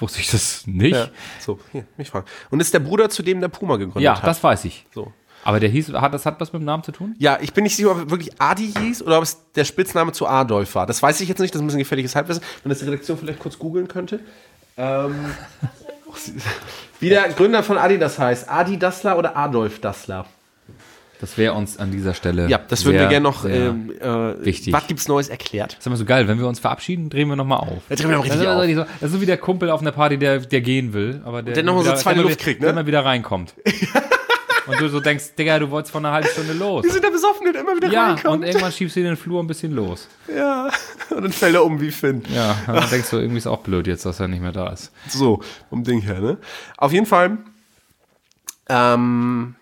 S1: Wusste ich das nicht. Ja,
S2: So, hier, mich fragen. Und ist der Bruder, zu dem der Puma gegründet hat.
S1: das weiß ich.
S2: So.
S1: Aber der hieß, hat, das hat was mit dem Namen zu tun?
S2: Ja, ich bin nicht sicher, ob er wirklich Adi hieß oder ob es der Spitzname zu Adolf war. Das weiß ich jetzt nicht, das ist ein bisschen gefährliches Halbwissen. Wenn das die Redaktion vielleicht kurz googeln könnte.
S1: [LAUGHS]
S2: Ähm, wie der Gründer von Adidas heißt. Adi Dassler oder Adolf Dassler?
S1: Das wäre uns an dieser Stelle.
S2: Ja, das würden
S1: sehr,
S2: wir gerne noch.
S1: sehr-
S2: Ähm, äh,
S1: wichtig.
S2: Was gibt's Neues erklärt?
S1: Das ist immer so geil, wenn wir uns verabschieden, drehen wir nochmal auf.
S2: Da drehen wir noch
S1: Das ist,
S2: richtig auf.
S1: also so- das ist so wie der Kumpel auf einer Party, der, der gehen will, aber der,
S2: dann noch mal so
S1: wieder-
S2: zweite
S1: immer
S2: Luft
S1: wieder,
S2: kriegt, ne?
S1: der immer wieder reinkommt. und du so denkst, Digga, du wolltest vor einer halben Stunde los.
S2: Wir sind da besoffen und immer wieder
S1: Ja, und
S2: reinkommt.
S1: irgendwann schiebst du den Flur ein bisschen los.
S2: ja. [LAUGHS] und dann fällt er um wie Finn.
S1: Ja, [LAUGHS] und dann denkst du, irgendwie ist auch blöd jetzt, dass er nicht mehr da ist.
S2: So, vom Ding her, ne? Auf jeden Fall. Ähm,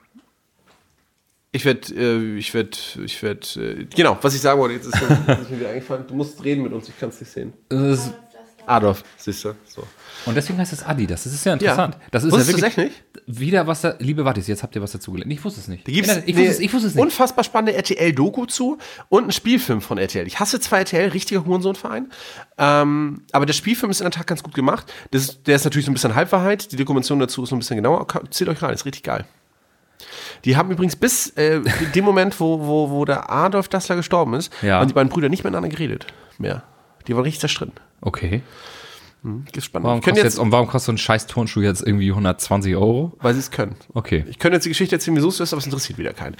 S2: ich werde, äh, ich werde, ich werde, äh, genau, was ich sagen wollte, jetzt ist, jetzt ist mir [LAUGHS] wieder eingefallen, du musst reden mit uns, ich kann es nicht sehen.
S1: Das ist-
S2: Adolf, siehst du? So.
S1: Und deswegen heißt es Adidas. Das ist ja interessant. Das ist ja
S2: Wusstest du
S1: wirklich
S2: das echt
S1: wieder was da, liebe Wattis, jetzt habt ihr was dazu gelernt. Ich wusste es nicht.
S2: Da gibt's
S1: ich,
S2: eine
S1: wusste es, ich wusste es nicht.
S2: Unfassbar spannende RTL-Doku zu und einen Spielfilm von RTL. Ich hasse zwar RTL, richtiger Hurensohnverein. Ähm, aber der Spielfilm ist in der Tat ganz gut gemacht. Das, ist- der ist natürlich so ein bisschen Halbwahrheit. Die Dokumentation dazu ist noch ein bisschen genauer. Ka- Zieht euch rein, ist richtig geil. Die haben übrigens bis äh, dem Moment, wo, wo, wo der Adolf Dassler gestorben ist,
S1: Ja.
S2: haben die beiden Brüder nicht miteinander geredet. Mehr. Die waren richtig zerstritten.
S1: Okay.
S2: Ist spannend.
S1: Warum
S2: ich könnte
S1: kostet, jetzt,
S2: jetzt,
S1: und warum kostet so ein scheiß Turnschuh jetzt irgendwie 120 Euro?
S2: weil sie es können.
S1: Okay.
S2: Ich könnte jetzt die Geschichte erzählen, wieso es ist, aber es interessiert wieder keinen.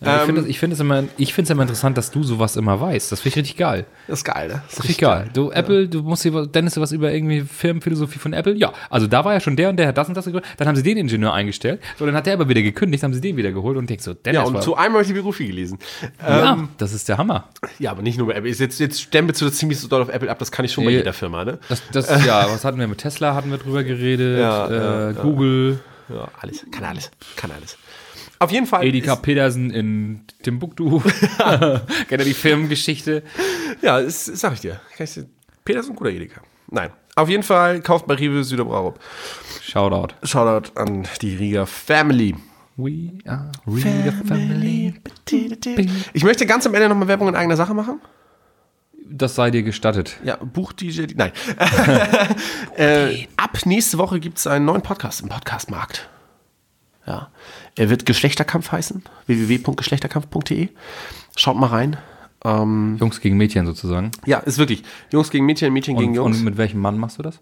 S1: Ja, ich
S2: ähm,
S1: finde es ich find es immer, ich find's immer interessant, dass du sowas immer weißt. Das finde ich richtig geil.
S2: das ist geil, ne? Das ist
S1: Richtig geil. Du, Apple, du musst dir, was- Dennis, was über irgendwie Firmenphilosophie von Apple? Ja. Also da war ja schon der und der hat das und das gegründet. Dann haben sie den Ingenieur eingestellt. So, dann hat der aber wieder gekündigt, haben sie den wieder geholt und denkst so, Dennis,
S2: Ja, und
S1: war,
S2: zu einem habe ich die Biografie gelesen.
S1: ja, das ist der Hammer.
S2: Ja, aber nicht nur bei Apple. Ist Jetzt, jetzt stempelst du das ziemlich so doll auf Apple ab, das kann ich schon bei
S1: Nee.
S2: jeder Firma, ne?
S1: Äh, Das, das, [LAUGHS] ja, was hatten wir mit Tesla? Hatten wir drüber geredet.
S2: Ja,
S1: äh, Google,
S2: Ja, alles. Kann alles. Kann alles. Auf jeden Fall.
S1: Edeka Petersen in [LAUGHS] Timbuktu. Kennt ihr die Firmengeschichte?
S2: Ist, ja, ist, sag ich dir. Kann ich dir. Peter ist ein guter Edeka. Nein. Auf jeden Fall kauft bei Rewe Süderbraurup.
S1: Shoutout.
S2: Shoutout an die Riga Family.
S1: We are real family.
S2: Ich möchte ganz am Ende nochmal Werbung in eigener Sache machen.
S1: Das sei dir gestattet.
S2: Ja, Buch DJ.
S1: [LAUGHS]
S2: Nein. äh, ab nächste Woche gibt es einen neuen Podcast im Podcastmarkt. Ja. Er wird Geschlechterkampf heißen. www.geschlechterkampf.de. E. Schaut mal rein. Ähm,
S1: Jungs gegen Mädchen sozusagen.
S2: ja, ist wirklich. Jungs gegen Mädchen, Mädchen gegen
S1: Und,
S2: Jungs.
S1: und mit welchem Mann machst du das?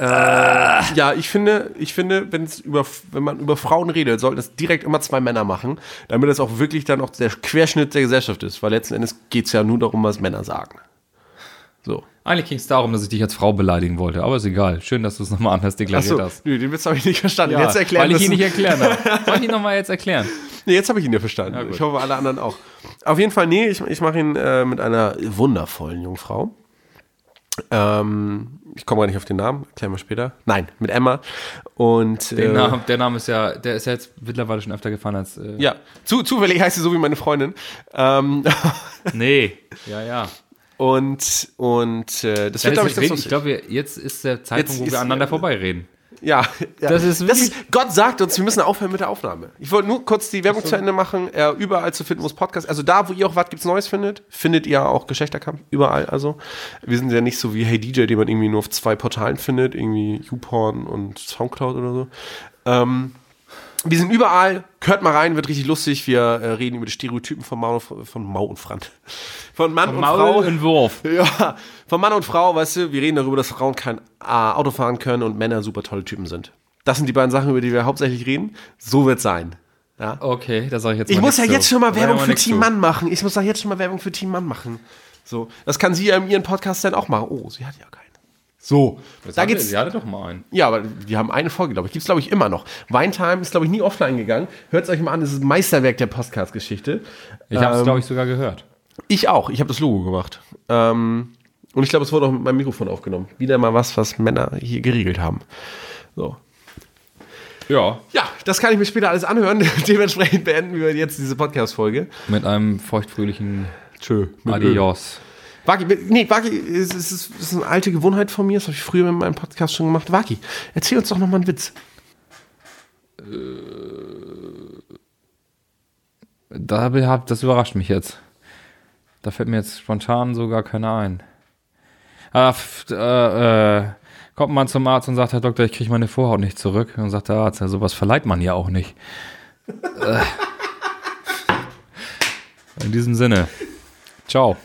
S2: Ja, ich finde, ich finde, wenn's über, wenn man über Frauen redet, sollten das direkt immer zwei Männer machen, damit das auch wirklich dann auch der Querschnitt der Gesellschaft ist, weil letzten Endes geht's ja nur darum, was Männer sagen. So.
S1: Eigentlich ging es darum, dass ich dich als Frau beleidigen wollte, aber ist egal. Schön, dass du es nochmal anders deklariert
S2: Achso,
S1: hast.
S2: nö, den Witz habe ich nicht verstanden. jetzt erklären
S1: weil ich ihn
S2: müssen.
S1: nicht erklären habe. [LAUGHS] Soll ich ihn nochmal jetzt erklären?
S2: Nee, jetzt habe ich ihn ja verstanden.
S1: gut.
S2: ich hoffe, alle anderen auch. Auf jeden Fall, nee, ich, ich mache ihn äh, mit einer wundervollen Jungfrau. Ähm, ich komme gar nicht auf den Namen, erklären wir später. Nein, mit Emma. Und
S1: Der
S2: äh,
S1: Name, der Name ist ja, der ist ja jetzt mittlerweile schon öfter gefallen als. Äh,
S2: Ja, zu, zufällig heißt sie so wie meine Freundin. Ähm, [LAUGHS]
S1: Nee. Ja, ja.
S2: Und, und äh, das wird, glaube ich, das
S1: reden,
S2: was-
S1: ich glaube, wir- jetzt ist der Zeitpunkt,
S2: Jetzt
S1: wo
S2: ist-
S1: wir aneinander vorbeireden.
S2: ja, ja.
S1: Das ist wirklich-
S2: Gott sagt uns, wir müssen aufhören mit der Aufnahme. Ich wollte nur kurz die Werbung zu Ende machen. Äh, überall zu finden, wo es Podcast. Also da, wo ihr auch was gibt's Neues findet, findet ihr auch Geschlechterkampf. Überall also. Wir sind ja nicht so wie Hey DJ, den man irgendwie nur auf zwei Portalen findet. Irgendwie YouPorn und Soundcloud oder so. Ähm, wir sind überall. Hört mal rein, wird richtig lustig. Wir äh, reden über die Stereotypen von Mau, von Mau und Fran. Von Mann und Frau.
S1: Maulentwurf.
S2: [LAUGHS] Ja, von Mann und Frau, weißt du, wir reden darüber, dass Frauen kein äh, Auto fahren können und Männer super tolle Typen sind. Das sind die beiden Sachen, über die wir hauptsächlich reden. So wird's sein.
S1: Okay, da sage ich jetzt
S2: Ich
S1: mal
S2: muss ja
S1: nichts
S2: jetzt
S1: zu.
S2: schon mal
S1: Da sag ich
S2: Werbung für
S1: nichts
S2: Team
S1: zu.
S2: Mann machen. Ich muss doch jetzt schon mal Werbung für Team Mann machen. So, das kann sie ja in ihren Podcast dann auch machen. Oh, sie hat ja keinen. So, da
S1: Hatte-
S2: geht's.
S1: Sie hatte doch mal einen.
S2: Ja, aber wir haben eine Folge, glaube ich. Gibt's, glaube ich, immer noch. Weintime ist, glaube ich, nie offline gegangen. Hört's euch mal an, das ist ein Meisterwerk der Podcast-Geschichte.
S1: Ich habe es, glaube ich, sogar gehört.
S2: Ich auch. Ich habe das Logo gemacht. Ähm, und ich glaube, es wurde auch mit meinem Mikrofon aufgenommen. Wieder mal was, was Männer hier geregelt haben. So.
S1: Ja.
S2: Ja, das kann ich mir später alles anhören. [LAUGHS] Dementsprechend beenden wir jetzt diese Podcast-Folge.
S1: Mit einem feuchtfröhlichen
S2: Tschö. mit Ö.
S1: Adios.
S2: Waki, nee, Waki, es ist, es ist eine alte Gewohnheit von mir. Das habe ich früher mit meinem Podcast schon gemacht. Waki, erzähl uns doch noch mal einen Witz.
S1: Da hab- Das überrascht mich jetzt. Da fällt mir jetzt spontan sogar keiner ein. Ah, f- äh, äh, kommt man zum Arzt und sagt, Herr Doktor, ich kriege meine Vorhaut nicht zurück. Und sagt der Arzt, ja, sowas verleiht man ja auch nicht. Äh. In diesem Sinne. Ciao.